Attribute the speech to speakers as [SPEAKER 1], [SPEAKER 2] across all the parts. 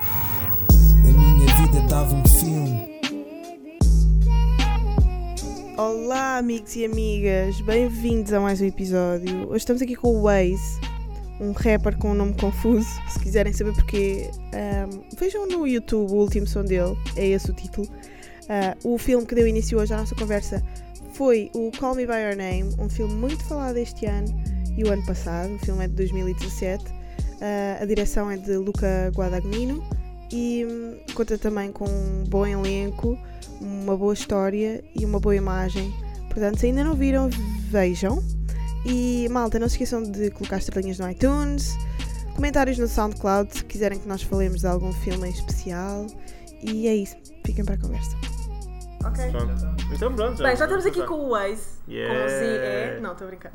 [SPEAKER 1] A minha vida dava um filme.
[SPEAKER 2] Olá, amigos e amigas, bem-vindos a mais um episódio. Hoje estamos aqui com o Waze, um rapper com um nome confuso. Se quiserem saber porquê, ahm, vejam no YouTube o último som dele, é esse o título. Ah, o filme que deu início hoje à nossa conversa foi o Call Me By Your Name, um filme muito falado este ano e o ano passado. O filme é de 2017. Ah, a direção é de Luca Guadagnino e hum, conta também com um bom elenco, uma boa história e uma boa imagem. Portanto, se ainda não viram, vejam. E malta, não se esqueçam de colocar estrelinhas no iTunes, comentários no SoundCloud se quiserem que nós falemos de algum filme em especial. E é isso, fiquem para a conversa.
[SPEAKER 3] Ok.
[SPEAKER 4] Pronto. Então pronto, já.
[SPEAKER 3] Bem, já estamos aqui com o Waze. Com
[SPEAKER 4] Yeah.
[SPEAKER 3] o Z, E. Não, estou a brincar.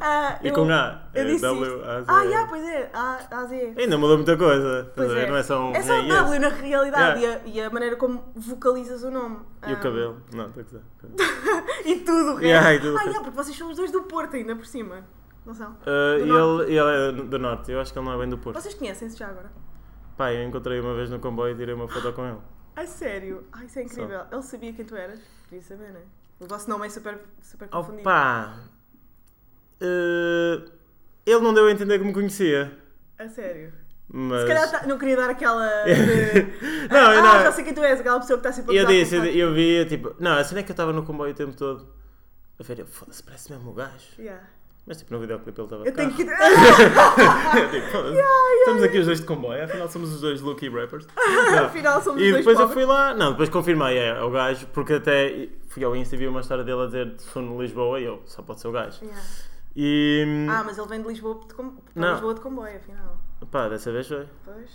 [SPEAKER 3] Ah,
[SPEAKER 4] E
[SPEAKER 3] eu-
[SPEAKER 4] com A.
[SPEAKER 3] Eu
[SPEAKER 4] É
[SPEAKER 3] disse
[SPEAKER 4] W,
[SPEAKER 3] isto.
[SPEAKER 4] A, Z.
[SPEAKER 3] Ah, yeah, pois é. A, A, Z.
[SPEAKER 4] Ainda mudou muita coisa.
[SPEAKER 3] Pois
[SPEAKER 4] estás a ver? Não é só um.
[SPEAKER 3] É só
[SPEAKER 4] yes.
[SPEAKER 3] o W na realidade e, a, e a maneira como vocalizas o nome.
[SPEAKER 4] E
[SPEAKER 3] Ah,
[SPEAKER 4] o cabelo. Não, estou a gozar.
[SPEAKER 3] E tudo o resto.
[SPEAKER 4] Yeah, e tudo
[SPEAKER 3] ah,
[SPEAKER 4] o resto.
[SPEAKER 3] yeah, porque vocês são os dois do Porto ainda por cima. Não são?
[SPEAKER 4] Ah,
[SPEAKER 3] Do
[SPEAKER 4] e ele, e ele é do norte, eu acho que ele não é bem do Porto.
[SPEAKER 3] Vocês conhecem-se já agora?
[SPEAKER 4] Pá, eu encontrei uma vez no comboio e tirei uma foto com ele.
[SPEAKER 3] Ai, sério. Ai, isso é incrível. Ele sabia quem tu eras. Podia saber, né? O vosso nome é super, super confundido.
[SPEAKER 4] Opa! Ah, ele não deu a entender que me conhecia.
[SPEAKER 3] A sério.
[SPEAKER 4] Mas.
[SPEAKER 3] Se calhar tá- não queria dar aquela. de-
[SPEAKER 4] Não,
[SPEAKER 3] ah,
[SPEAKER 4] eu não.
[SPEAKER 3] já sei quem tu és, aquela pessoa que está sempre a
[SPEAKER 4] Eu
[SPEAKER 3] gozar
[SPEAKER 4] disse,
[SPEAKER 3] com
[SPEAKER 4] eu,
[SPEAKER 3] o
[SPEAKER 4] eu via, tipo. Não, a cena é que eu estava no comboio o tempo todo. A ver, eu, foda-se, parece mesmo o gajo.
[SPEAKER 3] Yeah.
[SPEAKER 4] Mas tipo, no videoclipe ele estava.
[SPEAKER 3] Eu tenho que.
[SPEAKER 4] Eu digo, "Foda-se, Estamos aqui os dois de comboio, afinal somos os dois Lucky Rappers.
[SPEAKER 3] Afinal, Ah, somos
[SPEAKER 4] e
[SPEAKER 3] os dois
[SPEAKER 4] depois eu
[SPEAKER 3] pobres.
[SPEAKER 4] fui lá, não, depois confirmei, é, é o gajo, porque até fui ao Insta e vi uma história dele a dizer sou no Lisboa e eu, só pode ser o gajo.
[SPEAKER 3] Yeah.
[SPEAKER 4] E.
[SPEAKER 3] Ah, mas ele vem de Lisboa de, com... para
[SPEAKER 4] Não.
[SPEAKER 3] Lisboa de comboio, afinal.
[SPEAKER 4] pá, dessa vez foi.
[SPEAKER 3] Pois.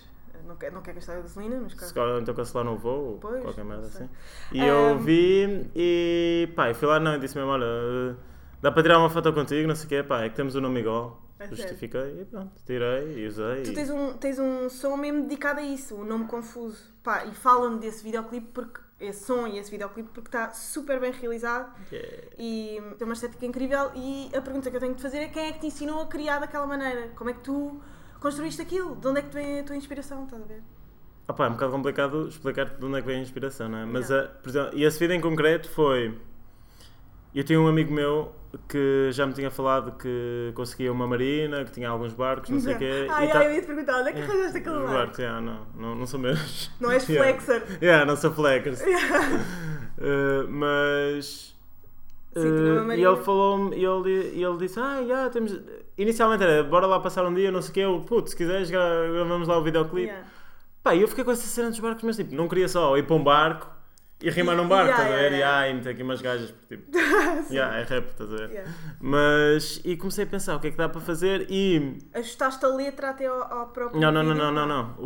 [SPEAKER 3] Não quer, não quer gastar gasolina nos
[SPEAKER 4] Se
[SPEAKER 3] carros.
[SPEAKER 4] calhar então cancelaram o voo, ou
[SPEAKER 3] Pois,
[SPEAKER 4] qualquer merda
[SPEAKER 3] não sei.
[SPEAKER 4] assim. E eu
[SPEAKER 3] Ahm.
[SPEAKER 4] vi e. pá, eu fui lá, não, eu disse mesmo, olha, eh, dá para tirar uma foto contigo, não sei o quê, pá, é que temos o nome igual.
[SPEAKER 3] É sério?
[SPEAKER 4] Justifiquei e pronto, tirei e usei.
[SPEAKER 3] Tu
[SPEAKER 4] e-
[SPEAKER 3] tens um, tens um som mesmo dedicado a isso, o nome confuso. Pá, e fala-me desse videoclipe porque. Esse som e esse videoclipe porque está super bem realizado
[SPEAKER 4] Yeah.
[SPEAKER 3] e tem uma estética incrível. E a pergunta que eu tenho de fazer é quem é que te ensinou a criar daquela maneira? Como é que tu construíste aquilo? De onde é que te vem a tua inspiração? Estás a ver?
[SPEAKER 4] Ah pá, é um bocado complicado explicar-te de onde é que vem a inspiração, não é? Mas, a, por exemplo, e esse vídeo em concreto foi... Eu tinha um amigo meu que já me tinha falado que conseguia uma marina, que tinha alguns barcos, não sei o quê.
[SPEAKER 3] Ai,
[SPEAKER 4] e
[SPEAKER 3] ai,
[SPEAKER 4] tá-
[SPEAKER 3] eu ia te perguntar, onde é que arranjaste aquele
[SPEAKER 4] Os
[SPEAKER 3] barco?
[SPEAKER 4] barcos, yeah, não, não, não são meus.
[SPEAKER 3] Não és
[SPEAKER 4] Yeah.
[SPEAKER 3] flexer.
[SPEAKER 4] Yeah, não sou fleckers. mas...
[SPEAKER 3] Sim, tinha uma
[SPEAKER 4] eh, e
[SPEAKER 3] marina.
[SPEAKER 4] ele falou-me, e ele, e ele disse, ah, yeah, temos... Inicialmente era, bora lá passar um dia, não sei o quê, eu, putz, se quiseres gra- gravamos lá o videoclipe.
[SPEAKER 3] Yeah.
[SPEAKER 4] Pá, eu fiquei com essa cena dos barcos, mas tipo, não queria só ir para um barco e rimar num barco,
[SPEAKER 3] Yeah,
[SPEAKER 4] estás a ver?
[SPEAKER 3] yeah,
[SPEAKER 4] E é.
[SPEAKER 3] yeah.
[SPEAKER 4] ai, meter aqui umas gajas, porque, tipo, yeah, é rap, estás a ver?
[SPEAKER 3] Yeah.
[SPEAKER 4] Mas, e comecei a pensar o que é que dá para fazer e.
[SPEAKER 3] Ajustaste a letra até ao, ao próprio.
[SPEAKER 4] Não, não, não,
[SPEAKER 3] vídeo?
[SPEAKER 4] não, não, não. O,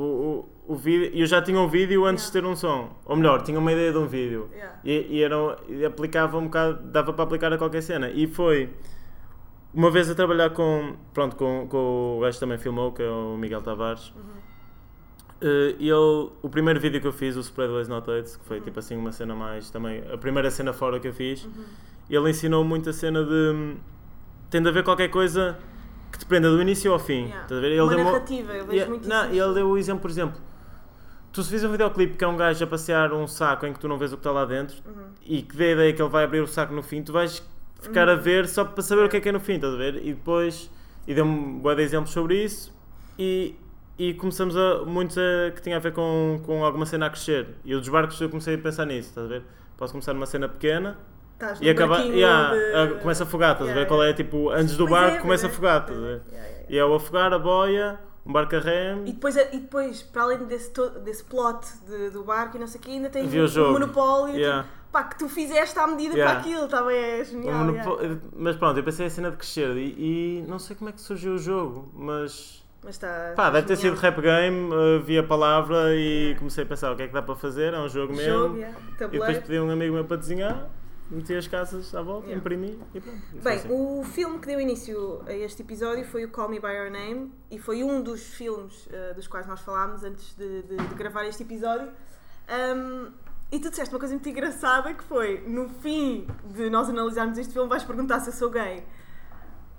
[SPEAKER 4] o, o vídeo, eu já tinha um vídeo antes de ter um som. Ou melhor, tinha uma ideia de um vídeo.
[SPEAKER 3] Yeah.
[SPEAKER 4] E, e era, um- e aplicava um bocado, dava para aplicar a qualquer cena. E foi uma vez a trabalhar com, pronto, com, com o gajo que também filmou, que é o Miguel Tavares.
[SPEAKER 3] Uhum.
[SPEAKER 4] Eh, e ele, o primeiro vídeo que eu fiz, o Spread Ways Not Aids, que foi
[SPEAKER 3] Uhum.
[SPEAKER 4] tipo assim uma cena mais também, a primeira cena fora que eu fiz, ele ensinou muito a cena de hum, tem de haver qualquer coisa que te prenda do início ao fim.
[SPEAKER 3] Yeah.
[SPEAKER 4] Estás a ver?
[SPEAKER 3] Uma
[SPEAKER 4] deu-me-
[SPEAKER 3] narrativa, eu vejo muito
[SPEAKER 4] não,
[SPEAKER 3] isso.
[SPEAKER 4] e ele deu o exemplo, por exemplo, tu se fiz um videoclipe que é um gajo a passear um saco em que tu não vês o que está lá dentro
[SPEAKER 3] Uhum.
[SPEAKER 4] e que dê a ideia que ele vai abrir o saco no fim, tu vais ficar
[SPEAKER 3] Uhum.
[SPEAKER 4] a ver só para saber o que é que é no fim, estás a ver? E depois, e deu-me um bué de exemplos sobre isso e, e começamos a, muitos a, que tinha a ver com, com alguma cena a crescer. E eu dos barcos eu comecei a pensar nisso, estás a ver? Posso começar numa cena pequena
[SPEAKER 3] Estás
[SPEAKER 4] e acabar, yeah,
[SPEAKER 3] de...
[SPEAKER 4] a- começa a afogar, estás a
[SPEAKER 3] Yeah,
[SPEAKER 4] ver? Qual é,
[SPEAKER 3] yeah.
[SPEAKER 4] tipo, antes do
[SPEAKER 3] Pois é,
[SPEAKER 4] barco
[SPEAKER 3] pois
[SPEAKER 4] começa
[SPEAKER 3] é.
[SPEAKER 4] a afogar, estás a ver?
[SPEAKER 3] Yeah, yeah, yeah.
[SPEAKER 4] E é o afogar, a boia, um barco a rem.
[SPEAKER 3] E depois, e depois, para além desse, to- desse plot de- do barco e não sei o quê, ainda tens
[SPEAKER 4] Vi o
[SPEAKER 3] um,
[SPEAKER 4] jogo.
[SPEAKER 3] monopólio
[SPEAKER 4] Yeah.
[SPEAKER 3] tipo, pá, que tu fizeste à medida
[SPEAKER 4] Yeah.
[SPEAKER 3] para aquilo, também é
[SPEAKER 4] O
[SPEAKER 3] genial.
[SPEAKER 4] monopó-
[SPEAKER 3] yeah.
[SPEAKER 4] Mas pronto, eu pensei a cena de crescer e, e não sei como é que surgiu o jogo, mas
[SPEAKER 3] Mas está.
[SPEAKER 4] pá, deve ter sido
[SPEAKER 3] genial.
[SPEAKER 4] rap game, eh, vi a palavra e comecei a pensar o que é que dá para fazer, é um jogo mesmo.
[SPEAKER 3] Jogo, yeah,
[SPEAKER 4] E depois
[SPEAKER 3] tabuleiro.
[SPEAKER 4] pedi a um amigo meu para desenhar, meti as casas à volta,
[SPEAKER 3] Yeah.
[SPEAKER 4] imprimi e pronto. e foi
[SPEAKER 3] Bem,
[SPEAKER 4] assim.
[SPEAKER 3] o filme que deu início a este episódio foi o Call Me By Your Name e foi um dos filmes eh, dos quais nós falámos antes de, de- de gravar este episódio. Ahm, E tu disseste uma coisa muito engraçada que foi: no fim de nós analisarmos este filme, vais perguntar se eu sou gay.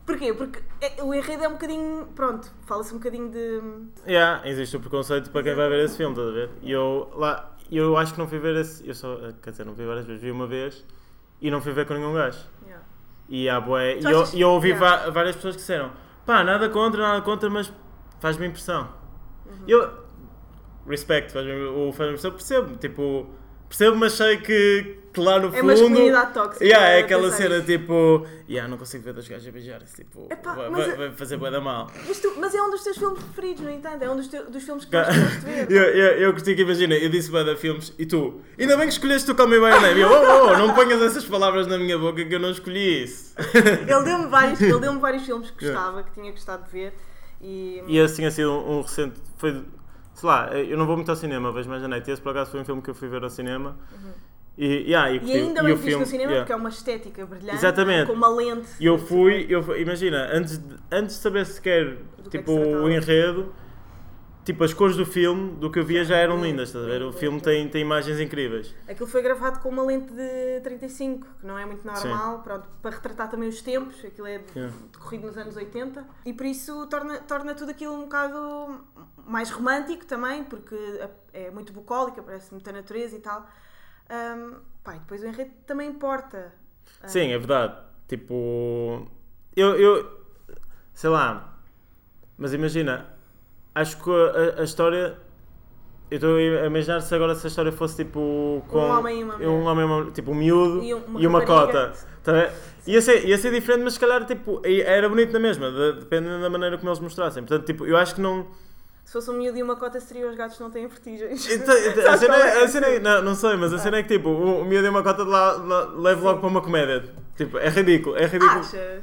[SPEAKER 3] Porquê? Porque é- o enredo é um bocadinho. Pronto, fala-se um bocadinho de.
[SPEAKER 4] Yeah, existe o preconceito para quem vai ver esse filme, estás a ver? E eu lá, eu acho que não fui ver esse. Eu só. eh, Quer dizer, não fui várias vezes, vi uma vez e não fui ver com nenhum gajo.
[SPEAKER 3] Yeah.
[SPEAKER 4] E há bué. E
[SPEAKER 3] Tu
[SPEAKER 4] eu,
[SPEAKER 3] achas-
[SPEAKER 4] e eu ouvi
[SPEAKER 3] yeah.
[SPEAKER 4] va- várias pessoas que disseram: pá, nada contra, nada contra, mas faz-me impressão.
[SPEAKER 3] Uhum.
[SPEAKER 4] Eu. Respect, faz-me o- faz-me impressão, percebo. Tipo, percebo, mas sei que, que lá no
[SPEAKER 3] É
[SPEAKER 4] fundo.
[SPEAKER 3] uma masculinidade tóxica.
[SPEAKER 4] Yeah, é
[SPEAKER 3] eu
[SPEAKER 4] aquela
[SPEAKER 3] pensei
[SPEAKER 4] cena
[SPEAKER 3] isso.
[SPEAKER 4] tipo, yeah, não consigo ver dois gajos a beijar-se, tipo,
[SPEAKER 3] Epá,
[SPEAKER 4] vai,
[SPEAKER 3] mas é
[SPEAKER 4] vai-
[SPEAKER 3] a-
[SPEAKER 4] vai fazer bué da mal.
[SPEAKER 3] Mas, tu- mas é um dos teus filmes preferidos, no entanto. É um dos, teu- dos filmes que tu
[SPEAKER 4] Ca-
[SPEAKER 3] gostaste de ver.
[SPEAKER 4] eu, eu, eu gostei que imagina, eu disse bada filmes e tu, ainda bem que escolheste o Call Me By Your Name. E Eu, oh, oh, não ponhas essas palavras na minha boca que eu não escolhi isso.
[SPEAKER 3] Ele deu-me vários, ele deu vários filmes que gostava, que tinha gostado de ver. E,
[SPEAKER 4] E esse tinha sido um, um recente. Foi. Sei lá, eh, eu não vou muito ao cinema, vejo mais a net. Esse por acaso foi um filme que eu fui ver ao cinema. E, yeah, e
[SPEAKER 3] Uhum. e
[SPEAKER 4] curti.
[SPEAKER 3] ainda
[SPEAKER 4] E
[SPEAKER 3] bem
[SPEAKER 4] o
[SPEAKER 3] que viste no
[SPEAKER 4] filme-
[SPEAKER 3] cinema,
[SPEAKER 4] yeah.
[SPEAKER 3] porque é uma estética brilhante.
[SPEAKER 4] Exatamente.
[SPEAKER 3] Com uma lente.
[SPEAKER 4] E eu fui, eu fui- imagina, antes de, antes de saber sequer
[SPEAKER 3] Do que é que
[SPEAKER 4] tipo,
[SPEAKER 3] se tratava.
[SPEAKER 4] o enredo, tipo, as cores do filme, do que eu via já eram lindas, estás a ver? O filme tem, tem imagens incríveis.
[SPEAKER 3] Aquilo foi gravado com uma lente de 35, que não é muito normal, pronto, para retratar também os tempos, aquilo é de-
[SPEAKER 4] Yeah.
[SPEAKER 3] decorrido nos anos 80, e por isso torna, torna tudo aquilo um bocado mais romântico também, porque a- é muito bucólica, parece muita natureza e tal. Ahm, pá, e depois o enredo também importa.
[SPEAKER 4] Sim, é verdade. Tipo, eu, eu sei lá, mas imagina, acho que a, a- a história. Eu estou a imaginar se agora se a história fosse tipo com
[SPEAKER 3] homem e uma mulher.
[SPEAKER 4] um homem e uma mulher, tipo um miúdo
[SPEAKER 3] E
[SPEAKER 4] e,
[SPEAKER 3] um- uma
[SPEAKER 4] uma
[SPEAKER 3] rapariga.
[SPEAKER 4] cota. Tá a ver? Ia ser, ia ser diferente, mas se calhar tipo, e- era bonito na mesma, de- dependendo da maneira como eles mostrassem. Portanto, tipo, eu acho que não.
[SPEAKER 3] Se fosse um miúdo e uma cota, seriam os gatos que não têm vertigens.
[SPEAKER 4] Então, então, a cena é, a cena é- não, não sei, mas
[SPEAKER 3] Ah.
[SPEAKER 4] a cena é que tipo, o, o miúdo e uma cota de lá, lá- leva logo para uma comédia. Tipo, é ridículo, é ridículo.
[SPEAKER 3] Achas?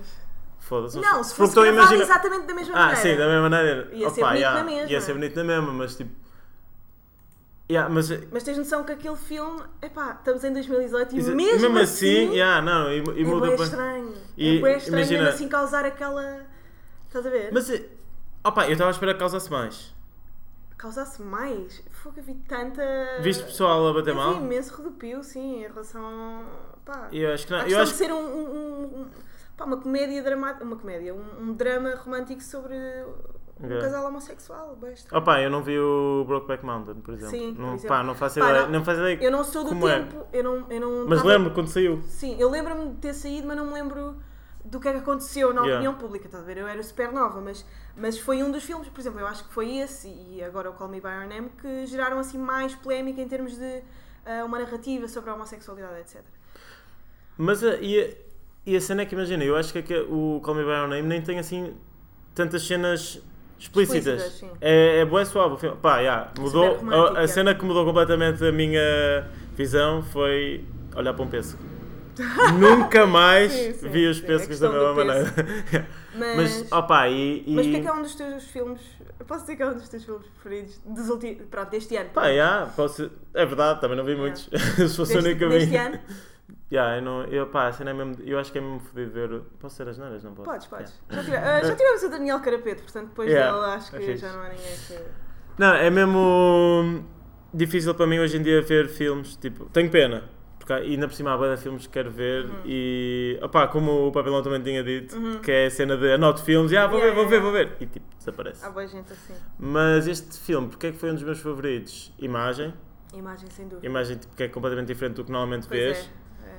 [SPEAKER 4] Foda-se.
[SPEAKER 3] Não, se fosse
[SPEAKER 4] Porque estou a
[SPEAKER 3] gravado
[SPEAKER 4] imaginar-
[SPEAKER 3] exatamente da mesma
[SPEAKER 4] Ah,
[SPEAKER 3] maneira.
[SPEAKER 4] sim, da mesma maneira.
[SPEAKER 3] Ia ser
[SPEAKER 4] Opa,
[SPEAKER 3] bonito
[SPEAKER 4] yeah,
[SPEAKER 3] na mesma.
[SPEAKER 4] Ia ser bonito na mesma, mas tipo. Yeah, mas, eh,
[SPEAKER 3] Mas tens noção que aquele filme, epá, estamos em 2018 e
[SPEAKER 4] isso-
[SPEAKER 3] mesmo, assim,
[SPEAKER 4] yeah, não, e, e
[SPEAKER 3] é
[SPEAKER 4] muda
[SPEAKER 3] bué
[SPEAKER 4] bué.
[SPEAKER 3] estranho.
[SPEAKER 4] E
[SPEAKER 3] é bué estranho
[SPEAKER 4] imagina-
[SPEAKER 3] mesmo assim causar aquela... Estás a ver?
[SPEAKER 4] Mas, eh, opa, eu estava a esperar que causasse mais.
[SPEAKER 3] Causasse mais. Fogo, eu vi tanta...
[SPEAKER 4] Viste pessoal a bater
[SPEAKER 3] Eu vi
[SPEAKER 4] mal?
[SPEAKER 3] imenso redupio, sim, em relação... Pá,
[SPEAKER 4] E Eu acho que
[SPEAKER 3] à
[SPEAKER 4] não. Eu
[SPEAKER 3] questão
[SPEAKER 4] acho
[SPEAKER 3] de
[SPEAKER 4] que,
[SPEAKER 3] ser um... um- um- um- pá, uma comédia dramática... Uma comédia, um, um drama romântico sobre um
[SPEAKER 4] Ok.
[SPEAKER 3] casal homossexual. bué estranho.
[SPEAKER 4] opa, eu não vi o Brokeback Mountain, por exemplo.
[SPEAKER 3] Sim, por
[SPEAKER 4] não,
[SPEAKER 3] exemplo.
[SPEAKER 4] Pá, não faço
[SPEAKER 3] Pá,
[SPEAKER 4] ideia.
[SPEAKER 3] não-
[SPEAKER 4] Não, faço ideia.
[SPEAKER 3] Eu não sou do
[SPEAKER 4] Como é?
[SPEAKER 3] tempo, eu não... Eu não
[SPEAKER 4] mas
[SPEAKER 3] tava-
[SPEAKER 4] lembro quando saiu.
[SPEAKER 3] Sim, eu lembro-me de ter saído, mas não me lembro do que é que aconteceu na
[SPEAKER 4] Yeah.
[SPEAKER 3] opinião pública, estás a ver? Eu era super nova, mas, mas foi um dos filmes, por exemplo, eu acho que foi esse e agora o Call Me By Your Name que geraram assim mais polémica em termos de ah, uma narrativa sobre a homossexualidade, etc.
[SPEAKER 4] Mas a, e, a, e a cena é que imagina, eu acho que, é que o Call Me By Your Name nem tem assim tantas cenas explícitas.
[SPEAKER 3] Explícitas, sim.
[SPEAKER 4] é, é bué suave o filme. Pá, yeah, mudou.
[SPEAKER 3] Super
[SPEAKER 4] A,
[SPEAKER 3] romântica.
[SPEAKER 4] a cena que mudou completamente a minha visão foi olhar para um pêssego. Nunca mais
[SPEAKER 3] Sim, sim,
[SPEAKER 4] vi os
[SPEAKER 3] sim, a
[SPEAKER 4] pêssegos da
[SPEAKER 3] questão do
[SPEAKER 4] mesma maneira.
[SPEAKER 3] Mas,
[SPEAKER 4] mas,
[SPEAKER 3] mas,
[SPEAKER 4] opá, e. e
[SPEAKER 3] porque é que é um dos teus filmes, eu posso dizer que é um dos teus filmes preferidos dos ulti... pronto, deste ano?
[SPEAKER 4] Pá, yeah, posso- é verdade, também não vi
[SPEAKER 3] Yeah.
[SPEAKER 4] muitos. Se fosse o
[SPEAKER 3] deste,
[SPEAKER 4] único que eu
[SPEAKER 3] deste
[SPEAKER 4] vi.
[SPEAKER 3] ano?
[SPEAKER 4] Yeah, eu, não, eu, pá, a cena é mesmo, eu acho que é mesmo fodido ver. Posso ser as neiras? Não posso?
[SPEAKER 3] Podes, podes.
[SPEAKER 4] Yeah.
[SPEAKER 3] Já, tive- ah, já tivemos o Daniel Carapeto, portanto depois
[SPEAKER 4] Yeah,
[SPEAKER 3] dele acho que
[SPEAKER 4] é fixe.
[SPEAKER 3] já não há ninguém que...
[SPEAKER 4] Não, é mesmo difícil para mim hoje em dia ver filmes, tipo, tenho pena. Porque há- ainda por cima há bué de filmes que quero ver
[SPEAKER 3] Uhum.
[SPEAKER 4] e, opá, como o Papelão também tinha dito, que é a cena de anoto filmes e ah, vou
[SPEAKER 3] Yeah,
[SPEAKER 4] ver, vou
[SPEAKER 3] yeah,
[SPEAKER 4] ver, vou ver. E tipo, desaparece.
[SPEAKER 3] Há boa gente assim.
[SPEAKER 4] Mas este filme, porque é que foi um dos meus favoritos? Imagem.
[SPEAKER 3] Imagem sem dúvida.
[SPEAKER 4] Imagem tipo, que é completamente diferente do que normalmente
[SPEAKER 3] Pois
[SPEAKER 4] vês.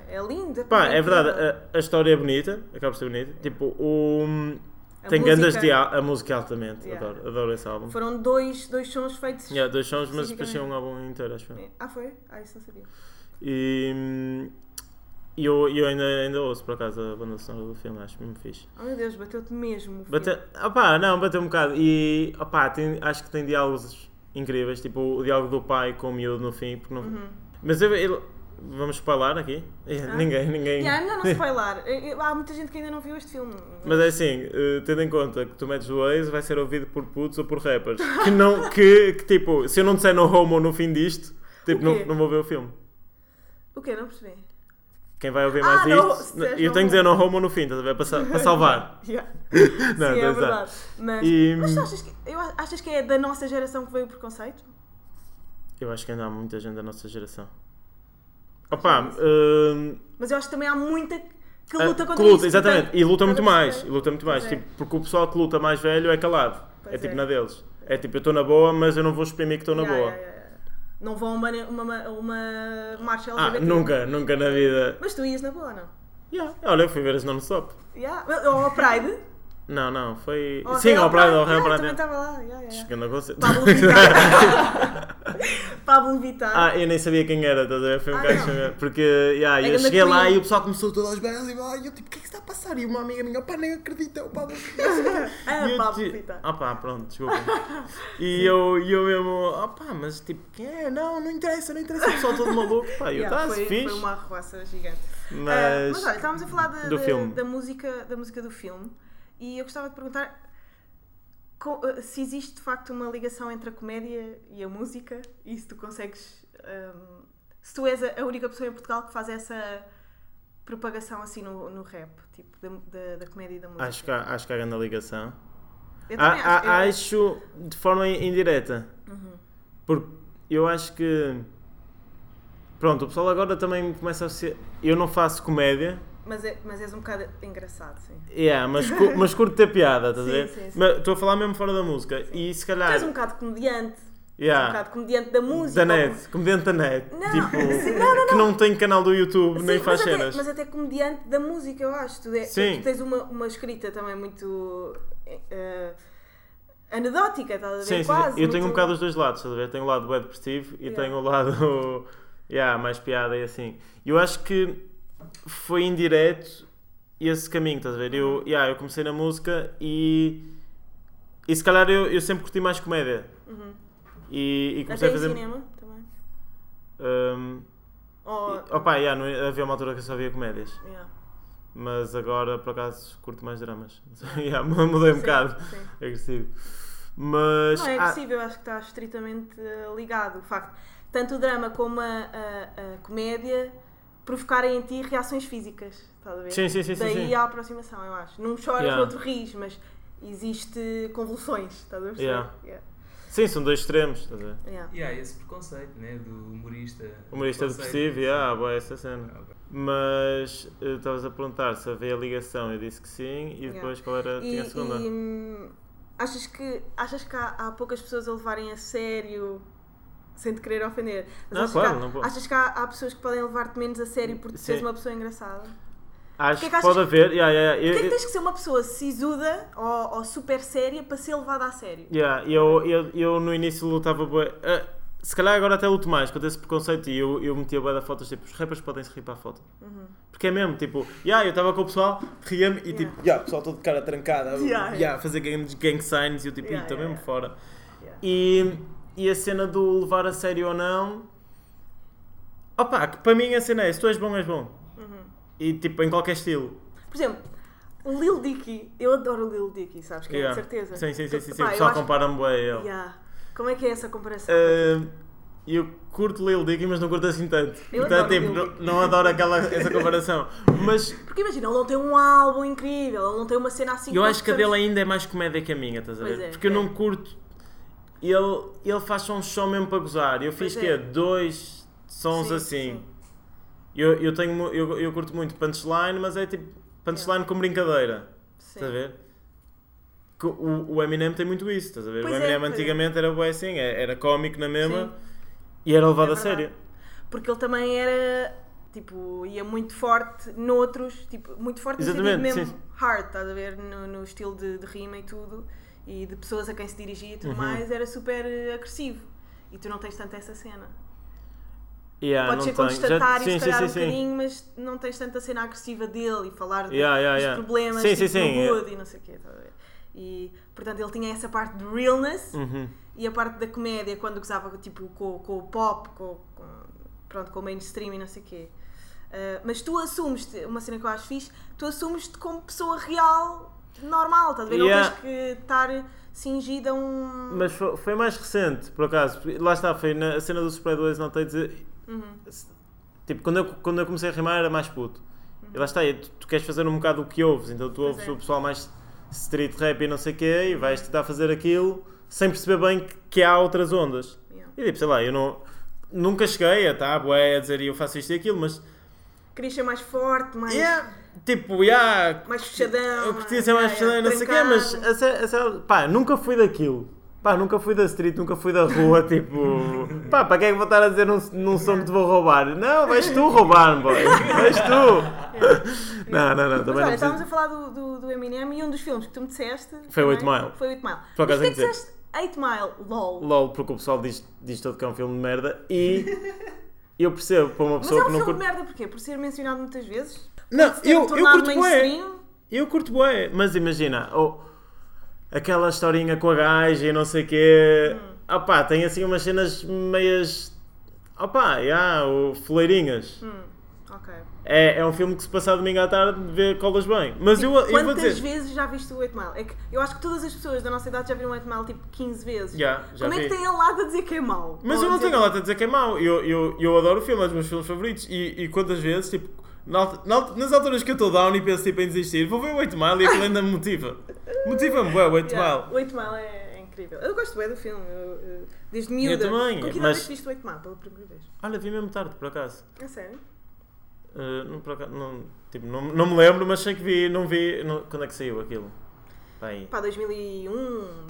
[SPEAKER 3] É, é linda.
[SPEAKER 4] Pá, é
[SPEAKER 3] incrível.
[SPEAKER 4] verdade, a, a história é bonita, acaba por ser bonita. Tipo, o.
[SPEAKER 3] A
[SPEAKER 4] tem gandas de.
[SPEAKER 3] música-
[SPEAKER 4] al- A música altamente,
[SPEAKER 3] Yeah.
[SPEAKER 4] adoro, adoro esse álbum.
[SPEAKER 3] Foram dois, dois sons feitos.
[SPEAKER 4] Yeah, dois sons, mas depois
[SPEAKER 3] Especificamente.
[SPEAKER 4] tinha um álbum inteiro, acho eu.
[SPEAKER 3] Ah, foi? Ah, isso não sabia.
[SPEAKER 4] E hum, eu, eu ainda, ainda ouço por acaso a banda sonora do filme, acho mesmo fixe.
[SPEAKER 3] Oh meu Deus, bateu-te mesmo. o
[SPEAKER 4] Bate,
[SPEAKER 3] filme.
[SPEAKER 4] opá, não, bateu um bocado. E opá, tem, acho que tem diálogos incríveis, tipo o diálogo do pai com o miúdo no fim. Porque não...
[SPEAKER 3] Uhum.
[SPEAKER 4] Mas eu, eu- vamos falar aqui? Ninguém, ninguém.
[SPEAKER 3] Yeah, é melhor não spoiler. Eu- eu- Há muita gente que ainda não viu este filme.
[SPEAKER 4] Mas é assim, eh, tendo em conta que tu metes o Waze, vai ser ouvido por putos ou por rappers. Que não, que, que, tipo, se eu não disser no homo no fim disto, tipo,
[SPEAKER 3] quê?
[SPEAKER 4] não, não vou ver o filme.
[SPEAKER 3] O quê? Não percebi.
[SPEAKER 4] Quem vai ouvir
[SPEAKER 3] Ah,
[SPEAKER 4] mais
[SPEAKER 3] não,
[SPEAKER 4] isto,
[SPEAKER 3] se és
[SPEAKER 4] eu
[SPEAKER 3] no
[SPEAKER 4] tenho que dizer
[SPEAKER 3] homo.
[SPEAKER 4] no homo no fim, estás a ver? Para, sa- para salvar.
[SPEAKER 3] Yeah.
[SPEAKER 4] Não,
[SPEAKER 3] Sim,
[SPEAKER 4] estou a
[SPEAKER 3] é
[SPEAKER 4] usar.
[SPEAKER 3] verdade. Mas,
[SPEAKER 4] Ah, E-
[SPEAKER 3] mas tu achas que, eu, a- achas que é da nossa geração que veio o preconceito?
[SPEAKER 4] Eu acho que ainda há muita gente da nossa geração. Opá, hum,
[SPEAKER 3] Mas eu acho que também há muita que luta
[SPEAKER 4] ah,
[SPEAKER 3] contra
[SPEAKER 4] que luta,
[SPEAKER 3] isso.
[SPEAKER 4] exatamente.
[SPEAKER 3] portanto,
[SPEAKER 4] E luta
[SPEAKER 3] estás
[SPEAKER 4] muito
[SPEAKER 3] a
[SPEAKER 4] mais. E
[SPEAKER 3] perceber?
[SPEAKER 4] luta muito mais.
[SPEAKER 3] Pois é.
[SPEAKER 4] Tipo, porque o pessoal que luta mais velho é calado.
[SPEAKER 3] Pois
[SPEAKER 4] é tipo
[SPEAKER 3] é.
[SPEAKER 4] na deles. É tipo, eu estou na boa, mas eu não vou exprimir que estou na
[SPEAKER 3] Ya,
[SPEAKER 4] boa.
[SPEAKER 3] ya, ya. Não vão a uma, uma, uma marcha
[SPEAKER 4] Ah,
[SPEAKER 3] LGBT.
[SPEAKER 4] nunca, nunca na vida.
[SPEAKER 3] Mas tu ias na boa, não?
[SPEAKER 4] Yeah. Olha, eu fui ver as non-stop.
[SPEAKER 3] Ya. Ou ao Pride.
[SPEAKER 4] Não, não, foi.
[SPEAKER 3] Ou
[SPEAKER 4] Sim,
[SPEAKER 3] ao
[SPEAKER 4] ao Prado, ao
[SPEAKER 3] Ya,
[SPEAKER 4] Real
[SPEAKER 3] Ah, É, eu também
[SPEAKER 4] Prado. é.
[SPEAKER 3] estava lá. ya, ya, ya.
[SPEAKER 4] Chegando a conceito.
[SPEAKER 3] Pablo Vittar. Pablo Vittar.
[SPEAKER 4] Ah, eu nem sabia quem era, estás a ver? Foi um
[SPEAKER 3] Ah,
[SPEAKER 4] gajo
[SPEAKER 3] não.
[SPEAKER 4] saber. Porque yeah,
[SPEAKER 3] É
[SPEAKER 4] eu
[SPEAKER 3] grande
[SPEAKER 4] cheguei lá
[SPEAKER 3] Queen.
[SPEAKER 4] e o pessoal começou todas as belas e ah, eu tipo, o que é que está a passar? E uma amiga minha, opá, nem acredita, é o Pablo Vittar.
[SPEAKER 3] Ah,
[SPEAKER 4] E eu
[SPEAKER 3] Pablo
[SPEAKER 4] te-
[SPEAKER 3] Vittar.
[SPEAKER 4] Ah pá, pronto, desculpa. E eu, e eu mesmo, opá, mas tipo, quem é? Não, não interessa, não interessa, o pessoal todo maluco. Pá, eu
[SPEAKER 3] Ya,
[SPEAKER 4] estás
[SPEAKER 3] foi,
[SPEAKER 4] fixe,
[SPEAKER 3] foi uma arruaça gigante. Ah,
[SPEAKER 4] mas...
[SPEAKER 3] olha, estávamos a falar da-
[SPEAKER 4] do
[SPEAKER 3] da,
[SPEAKER 4] filme.
[SPEAKER 3] da música, da música do filme e eu gostava de perguntar co- ah, se existe de facto uma ligação entre a comédia e a música e se tu consegues. ahm, se tu és a a única pessoa em Portugal que faz essa propagação assim no, no rap, tipo, da, da- da comédia e da música.
[SPEAKER 4] Acho que há, acho que há grande ligação.
[SPEAKER 3] Eu
[SPEAKER 4] Ah,
[SPEAKER 3] também acho,
[SPEAKER 4] ah,
[SPEAKER 3] eu- Uhum.
[SPEAKER 4] acho de forma in- indireta. Porque eu acho que. Pronto, o pessoal agora também começa a ser. Eu não faço comédia,
[SPEAKER 3] mas, é- mas és um bocado engraçado, sim.
[SPEAKER 4] yeah, mas, cu- mas curto ter piada, estás a
[SPEAKER 3] Sim,
[SPEAKER 4] ver?
[SPEAKER 3] sim, sim.
[SPEAKER 4] Mas Estou a falar mesmo fora da música. E se
[SPEAKER 3] Tu
[SPEAKER 4] calhar.
[SPEAKER 3] és um bocado comediante, um
[SPEAKER 4] Ah. yeah,
[SPEAKER 3] bocado comediante da música.
[SPEAKER 4] da
[SPEAKER 3] ou-
[SPEAKER 4] net, comediante da net.
[SPEAKER 3] Não,
[SPEAKER 4] tipo,
[SPEAKER 3] sim, não, não,
[SPEAKER 4] que não tem canal do YouTube,
[SPEAKER 3] Sim,
[SPEAKER 4] nem faz
[SPEAKER 3] mas
[SPEAKER 4] cenas.
[SPEAKER 3] Até, mas até comediante da música, eu acho. Tu, é-
[SPEAKER 4] Sim.
[SPEAKER 3] tu tens uma, uma escrita também muito eh, anedótica, estás a ver?
[SPEAKER 4] Sim, sim, sim.
[SPEAKER 3] Quase.
[SPEAKER 4] eu tenho um
[SPEAKER 3] muito-
[SPEAKER 4] bocado os dois lados, estás a ver? Tenho o lado web depressivo e
[SPEAKER 3] Yeah.
[SPEAKER 4] tenho o lado yeah, mais piada e assim. Eu acho que foi indireto esse caminho, estás a ver?
[SPEAKER 3] Uhum.
[SPEAKER 4] Eu, yeah, eu comecei na música e, e se calhar eu, eu sempre curti mais comédia. E, e
[SPEAKER 3] Uhum.
[SPEAKER 4] comecei
[SPEAKER 3] Até
[SPEAKER 4] a
[SPEAKER 3] em
[SPEAKER 4] fazer.
[SPEAKER 3] cinema também.
[SPEAKER 4] hum,
[SPEAKER 3] Ou-
[SPEAKER 4] e- opa, yeah, não- havia uma altura que eu só via comédias,
[SPEAKER 3] yeah.
[SPEAKER 4] mas agora por acaso curto mais dramas. yeah, mudei um
[SPEAKER 3] Sim,
[SPEAKER 4] bocado.
[SPEAKER 3] sim.
[SPEAKER 4] É agressivo. Mas.
[SPEAKER 3] Não é
[SPEAKER 4] ah,
[SPEAKER 3] possível, eu acho que está estritamente eh, ligado o facto. Tanto o drama como a, a- a comédia provocarem em ti reações físicas, estás a ver?
[SPEAKER 4] Sim, sim, sim, sim,
[SPEAKER 3] Daí
[SPEAKER 4] sim.
[SPEAKER 3] há aproximação, eu acho. Num choras,
[SPEAKER 4] Yeah.
[SPEAKER 3] no outro ris, mas existe convulsões, estás a perceber?
[SPEAKER 4] Yeah.
[SPEAKER 3] Yeah.
[SPEAKER 4] Sim, são dois extremos, estás a ver?
[SPEAKER 3] Yeah.
[SPEAKER 5] E há esse preconceito, né? Do humorista.
[SPEAKER 4] Humorista é
[SPEAKER 5] preconceito.
[SPEAKER 4] depressivo, yeah, boa essa cena.
[SPEAKER 5] Ah, ok.
[SPEAKER 4] Mas eh, estavas a perguntar se havia ligação, eu disse que sim, e depois qual era
[SPEAKER 3] E-
[SPEAKER 4] tinha a segunda.
[SPEAKER 3] e, hum, achas que, achas que há, há poucas pessoas a levarem a sério sem te querer ofender? Mas
[SPEAKER 4] Não,
[SPEAKER 3] achas,
[SPEAKER 4] claro,
[SPEAKER 3] que há,
[SPEAKER 4] não vou.
[SPEAKER 3] achas que há, há pessoas que podem levar-te menos a sério porque tu
[SPEAKER 4] Sim.
[SPEAKER 3] seres uma pessoa engraçada?
[SPEAKER 4] Acho
[SPEAKER 3] que é
[SPEAKER 4] que,
[SPEAKER 3] que achas
[SPEAKER 4] pode
[SPEAKER 3] que-
[SPEAKER 4] haver, yeah, yeah, yeah,
[SPEAKER 3] Porquê é
[SPEAKER 4] eu-
[SPEAKER 3] que tens que ser uma pessoa sisuda ou, ou super séria para ser levada a sério?
[SPEAKER 4] Yeah, eu, eu, eu no início lutava bué. Ah, se calhar agora até luto mais contra esse preconceito e eu, eu metia bué da fotos tipo, os rappers podem se rir para a foto.
[SPEAKER 3] Uhum.
[SPEAKER 4] Porque é mesmo, tipo, yeah, eu estava com o pessoal, ria-me e tipo, yeah, o pessoal todo de cara trancada,
[SPEAKER 3] Yeah,
[SPEAKER 4] yeah,
[SPEAKER 3] yeah.
[SPEAKER 4] fazer gang, gang signs e eu tipo,
[SPEAKER 3] Yeah, yeah,
[SPEAKER 4] estou mesmo
[SPEAKER 3] yeah.
[SPEAKER 4] fora.
[SPEAKER 3] Yeah.
[SPEAKER 4] E, e a cena do levar a sério ou não. Opa, que para mim a cena é: se tu és bom, és bom.
[SPEAKER 3] Uhum.
[SPEAKER 4] E tipo, em qualquer estilo.
[SPEAKER 3] Por exemplo, o Lil Dicky, eu adoro o Lil Dicky, sabes que
[SPEAKER 4] Yeah.
[SPEAKER 3] é, de certeza.
[SPEAKER 4] Sim, sim, sim, sim. sim.
[SPEAKER 3] Pá,
[SPEAKER 4] o
[SPEAKER 3] eu
[SPEAKER 4] pessoal
[SPEAKER 3] acho-
[SPEAKER 4] compara-me bué a ele.
[SPEAKER 3] Yeah. Como é que é essa comparação?
[SPEAKER 4] Ah, eu curto Lil Dicky, mas não curto assim tanto.
[SPEAKER 3] Eu
[SPEAKER 4] Portanto,
[SPEAKER 3] adoro
[SPEAKER 4] tipo,
[SPEAKER 3] Lil
[SPEAKER 4] não,
[SPEAKER 3] Dicky.
[SPEAKER 4] não adoro aquela, essa comparação. Mas
[SPEAKER 3] Porque imagina, ele não tem um álbum incrível, ele não tem uma cena assim.
[SPEAKER 4] eu acho que a
[SPEAKER 3] nós
[SPEAKER 4] dele ainda é mais comédia que a minha, estás a
[SPEAKER 3] Pois
[SPEAKER 4] ver?
[SPEAKER 3] é,
[SPEAKER 4] Porque eu
[SPEAKER 3] é.
[SPEAKER 4] não curto. Ele, ele faz sons só um mesmo para gozar. Eu fiz
[SPEAKER 3] Pois
[SPEAKER 4] que
[SPEAKER 3] é.
[SPEAKER 4] dois sons
[SPEAKER 3] Sim,
[SPEAKER 4] assim.
[SPEAKER 3] sim.
[SPEAKER 4] Eu, eu, tenho, mu- eu, eu curto muito punchline, mas é tipo punchline com brincadeira.
[SPEAKER 3] sabemos.
[SPEAKER 4] Estás é- tá a ver? Que O, o Eminem tem muito isso, estás a ver?
[SPEAKER 3] Pois
[SPEAKER 4] o
[SPEAKER 3] é,
[SPEAKER 4] Eminem
[SPEAKER 3] pois é.
[SPEAKER 4] antigamente era bué assim, é- era cómico na mesma
[SPEAKER 3] Sim.
[SPEAKER 4] e era levado
[SPEAKER 3] É
[SPEAKER 4] a sério.
[SPEAKER 3] verdade. Porque ele também era, tipo, ia muito forte noutros, tipo, muito forte no sentido
[SPEAKER 4] Exatamente,
[SPEAKER 3] mesmo
[SPEAKER 4] sim.
[SPEAKER 3] hard, estás a ver, no, no estilo de, de rima e tudo, e de pessoas a quem se dirigia e
[SPEAKER 4] Uhum.
[SPEAKER 3] tudo mais, era super eh, agressivo. E tu não tens tanto essa cena.
[SPEAKER 4] Yeah,
[SPEAKER 3] Podes ser
[SPEAKER 4] Ah, não tenho. Já-
[SPEAKER 3] contestatário,
[SPEAKER 4] sim,
[SPEAKER 3] se calhar
[SPEAKER 4] sim,
[SPEAKER 3] um
[SPEAKER 4] sim, sim.
[SPEAKER 3] bocadinho, mas não tens tanta cena agressiva dele e falar de-
[SPEAKER 4] Yeah, yeah,
[SPEAKER 3] dos
[SPEAKER 4] yeah.
[SPEAKER 3] problemas
[SPEAKER 4] Sim,
[SPEAKER 3] tipo,
[SPEAKER 4] sim, é-
[SPEAKER 3] do
[SPEAKER 4] sim,
[SPEAKER 3] good e não sei o quê, estás a ver? E, portanto, ele tinha essa parte de realness,
[SPEAKER 4] Uhum.
[SPEAKER 3] E a parte da comédia, quando gozava tipo, com, com o pop, com, com, pronto, com o mainstream e não sei o quê. Ah, mas tu assumes, uma cena que eu acho fixe, tu assumes-te como pessoa real, normal, estás a ver?
[SPEAKER 4] Yeah.
[SPEAKER 3] Não tens que estar cingida a um.
[SPEAKER 4] Mas fo- foi, mais recente, por acaso. Lá está, foi na a cena do Super 2, não tenho a dizer.
[SPEAKER 3] Uhum.
[SPEAKER 4] Se- Tipo, quando eu, quando eu comecei a rimar era mais puto. E lá está, e tu, tu queres fazer um bocado o que ouves, então tu ouves
[SPEAKER 3] Uhum. é.
[SPEAKER 4] o pessoal mais street rap e não sei o quê, e vais tentar fazer aquilo sem perceber bem que, que há outras ondas.
[SPEAKER 3] Yeah.
[SPEAKER 4] E tipo, sei lá, eu não. nunca cheguei a estar bué a dizer eu faço isto e aquilo, mas
[SPEAKER 3] Querias ser mais forte, mais,
[SPEAKER 4] yeah, tipo, yeah,
[SPEAKER 3] mais fechadão. ah,
[SPEAKER 4] eu curtia ser mais fechadão e não sei o quê, mas a sé- a sé- pá, nunca fui daquilo. Pá, nunca fui da street, nunca fui da rua, tipo... Pá, para que é que vou estar a dizer num, num som que te vou roubar? Não, vais tu roubar, boy. Vais tu. Não, não,
[SPEAKER 3] É.
[SPEAKER 4] não,
[SPEAKER 3] Mas
[SPEAKER 4] também
[SPEAKER 3] olha,
[SPEAKER 4] não
[SPEAKER 3] estávamos a
[SPEAKER 4] preciso.
[SPEAKER 3] falar do, do, do Eminem e um dos filmes que tu me disseste.
[SPEAKER 4] Foi o
[SPEAKER 3] também,
[SPEAKER 4] Eight Mile.
[SPEAKER 3] Foi o 8 Mile.
[SPEAKER 4] Por
[SPEAKER 3] Mas
[SPEAKER 4] acaso
[SPEAKER 3] o que é
[SPEAKER 4] tenho
[SPEAKER 3] que
[SPEAKER 4] que dizer.
[SPEAKER 3] disseste? 8 Mile, lol.
[SPEAKER 4] LOL, porque o pessoal diz, diz todo que é um filme de merda e... Eu percebo, para uma
[SPEAKER 3] Mas
[SPEAKER 4] pessoa
[SPEAKER 3] é um
[SPEAKER 4] que não
[SPEAKER 3] filme de
[SPEAKER 4] curte...
[SPEAKER 3] merda porquê? Por ser mencionado muitas vezes?
[SPEAKER 4] Não,
[SPEAKER 3] Por ter um
[SPEAKER 4] eu, eu
[SPEAKER 3] tornado
[SPEAKER 4] curto bué.
[SPEAKER 3] mainstream?
[SPEAKER 4] Eu curto bué, mas imagina, oh, aquela historinha com a gaja e não sei o quê.
[SPEAKER 3] Hum.
[SPEAKER 4] Opá, tem assim umas cenas meias. Opá, já, o Fleirinhas.
[SPEAKER 3] Hum. Ok.
[SPEAKER 4] É, é um filme que se passar domingo à tarde vê colas bem. Mas eu, eu vou
[SPEAKER 3] Quantas
[SPEAKER 4] dizer.
[SPEAKER 3] vezes já viste o 8 Mile? É que eu acho que todas as pessoas da nossa idade já viram o 8 Mile tipo 15 vezes.
[SPEAKER 4] Já, já
[SPEAKER 3] Como é
[SPEAKER 4] vi.
[SPEAKER 3] que tem a lata a dizer que é mau?
[SPEAKER 4] Mas
[SPEAKER 3] Ou
[SPEAKER 4] eu não
[SPEAKER 3] dizer
[SPEAKER 4] tenho a lata a dizer que é mau. Eu, eu, eu adoro o filme, é um dos meus filmes favoritos. E, e quantas vezes, tipo, na alt- na alt- nas alturas que eu estou down e penso tipo, em desistir, vou ver o 8 Mile e aquilo ainda me motiva. Motiva-me, bué, o 8 Mile.
[SPEAKER 3] Yeah, O 8 Mile é, é incrível. Eu gosto bem do filme. eu- eu- eh, desde miúda.
[SPEAKER 4] também,
[SPEAKER 3] Com que idade
[SPEAKER 4] mas-
[SPEAKER 3] é que viste o 8 Mile pela primeira vez?
[SPEAKER 4] Olha, vi mesmo tarde, por acaso.
[SPEAKER 3] É sério?
[SPEAKER 4] Uh, não, por acaso, não, tipo, não, não me lembro, mas sei que vi, não vi. não- quando é que saiu aquilo? Pá, aí.
[SPEAKER 3] Pá, 2001,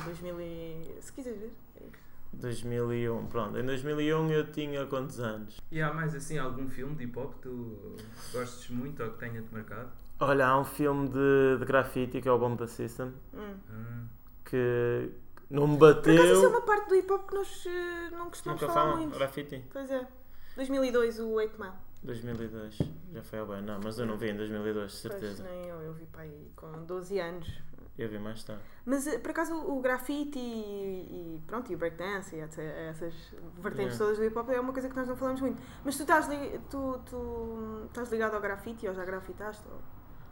[SPEAKER 3] 2000 um, e... Se quiseres ver.
[SPEAKER 4] 2001, pronto. Em 2001 eu tinha quantos anos?
[SPEAKER 5] E há mais assim algum filme de hip hop que tu gostes muito ou que tenha-te marcado?
[SPEAKER 4] Olha, há um filme de, de grafite que é o Bomb da System
[SPEAKER 3] Hum.
[SPEAKER 5] Ah,
[SPEAKER 4] que não me
[SPEAKER 3] Por acaso, isso é uma
[SPEAKER 4] bateu.
[SPEAKER 3] parte do hip hop que nós eh, não costumamos
[SPEAKER 4] Nunca
[SPEAKER 3] falar
[SPEAKER 4] falam
[SPEAKER 3] muito.
[SPEAKER 4] grafite?
[SPEAKER 3] Pois é. 2002, o 8 Mile.
[SPEAKER 4] 2002. Já foi ao bem, não, mas eu não vi em 2002, de
[SPEAKER 3] Pois, né?
[SPEAKER 4] certeza.
[SPEAKER 3] nem eu, eu vi para aí com 12 anos.
[SPEAKER 4] Eu vi mais tarde.
[SPEAKER 3] Mas eh, por acaso o grafite e, e pronto, e o breakdance e etc, essas vertentes
[SPEAKER 4] Yeah.
[SPEAKER 3] todas do hip hop é uma coisa que nós não falamos muito. Mas tu estás, li- tu, tu estás ligado ao grafite ou já grafitaste? Ou...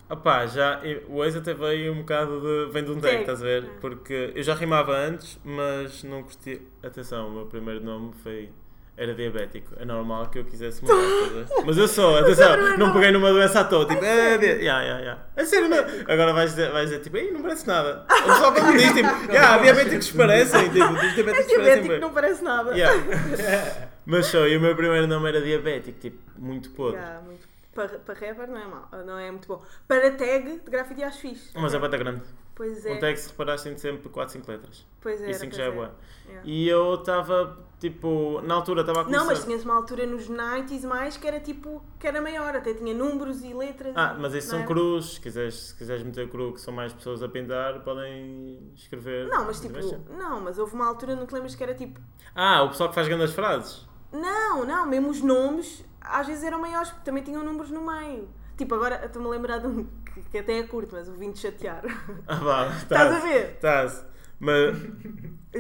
[SPEAKER 4] Ah pá, já, eu- o ex até veio um bocado de. vem de um tag,
[SPEAKER 3] Tag.
[SPEAKER 4] estás a ver?
[SPEAKER 3] Ah.
[SPEAKER 4] Porque eu já rimava antes, mas não curti. Atenção, o meu primeiro nome foi. era diabético. É normal que eu quisesse mudar, estás a ver? Mas eu sou,
[SPEAKER 3] é
[SPEAKER 4] atenção, não peguei numa doença à toa, tipo, é, di- yeah, yeah, yeah. É sério, não. Agora vais dizer, vais dizer tipo, ei, não parece nada. O pessoal quando diz, tipo, yeah, há diabéticos que parecem, tipo, os
[SPEAKER 3] É
[SPEAKER 4] diabéticos parecem.
[SPEAKER 3] diabético,
[SPEAKER 4] bem.
[SPEAKER 3] não parece nada.
[SPEAKER 4] Yeah. Mas sou, e o meu primeiro nome era diabético, tipo, muito podre.
[SPEAKER 3] Yeah, muito. Para, para rapper não é mau, não é muito bom. Para tag de grafite acho fixe.
[SPEAKER 4] Mas é bata grande.
[SPEAKER 3] Pois é.
[SPEAKER 4] Um tag, se reparaste, tem sempre 4, 5 letras.
[SPEAKER 3] Pois é.
[SPEAKER 4] E 5 já é boa.
[SPEAKER 3] Yeah.
[SPEAKER 4] E eu estava, tipo, na altura estava a começar.
[SPEAKER 3] Não, mas tinhas uma altura nos 90s mais que era tipo, que era maior, até tinha números e letras.
[SPEAKER 4] Ah, mas
[SPEAKER 3] não
[SPEAKER 4] isso
[SPEAKER 3] é?
[SPEAKER 4] são
[SPEAKER 3] era?
[SPEAKER 4] cruz. Se quiseres, se quiseres meter cru, que são mais pessoas a pintar, podem escrever.
[SPEAKER 3] Não, mas tipo, não, mas houve uma altura, não te lembras que era tipo,
[SPEAKER 4] Ah, o pessoal que faz grandes frases.
[SPEAKER 3] não, não, mesmo os nomes às vezes eram maiores, porque também tinham números no meio. Tipo, agora estou-me a lembrar de um que, que até é curto, mas o vim te chatear.
[SPEAKER 4] Ah, vá, estás.
[SPEAKER 3] Estás a ver?
[SPEAKER 4] Estás. Mas,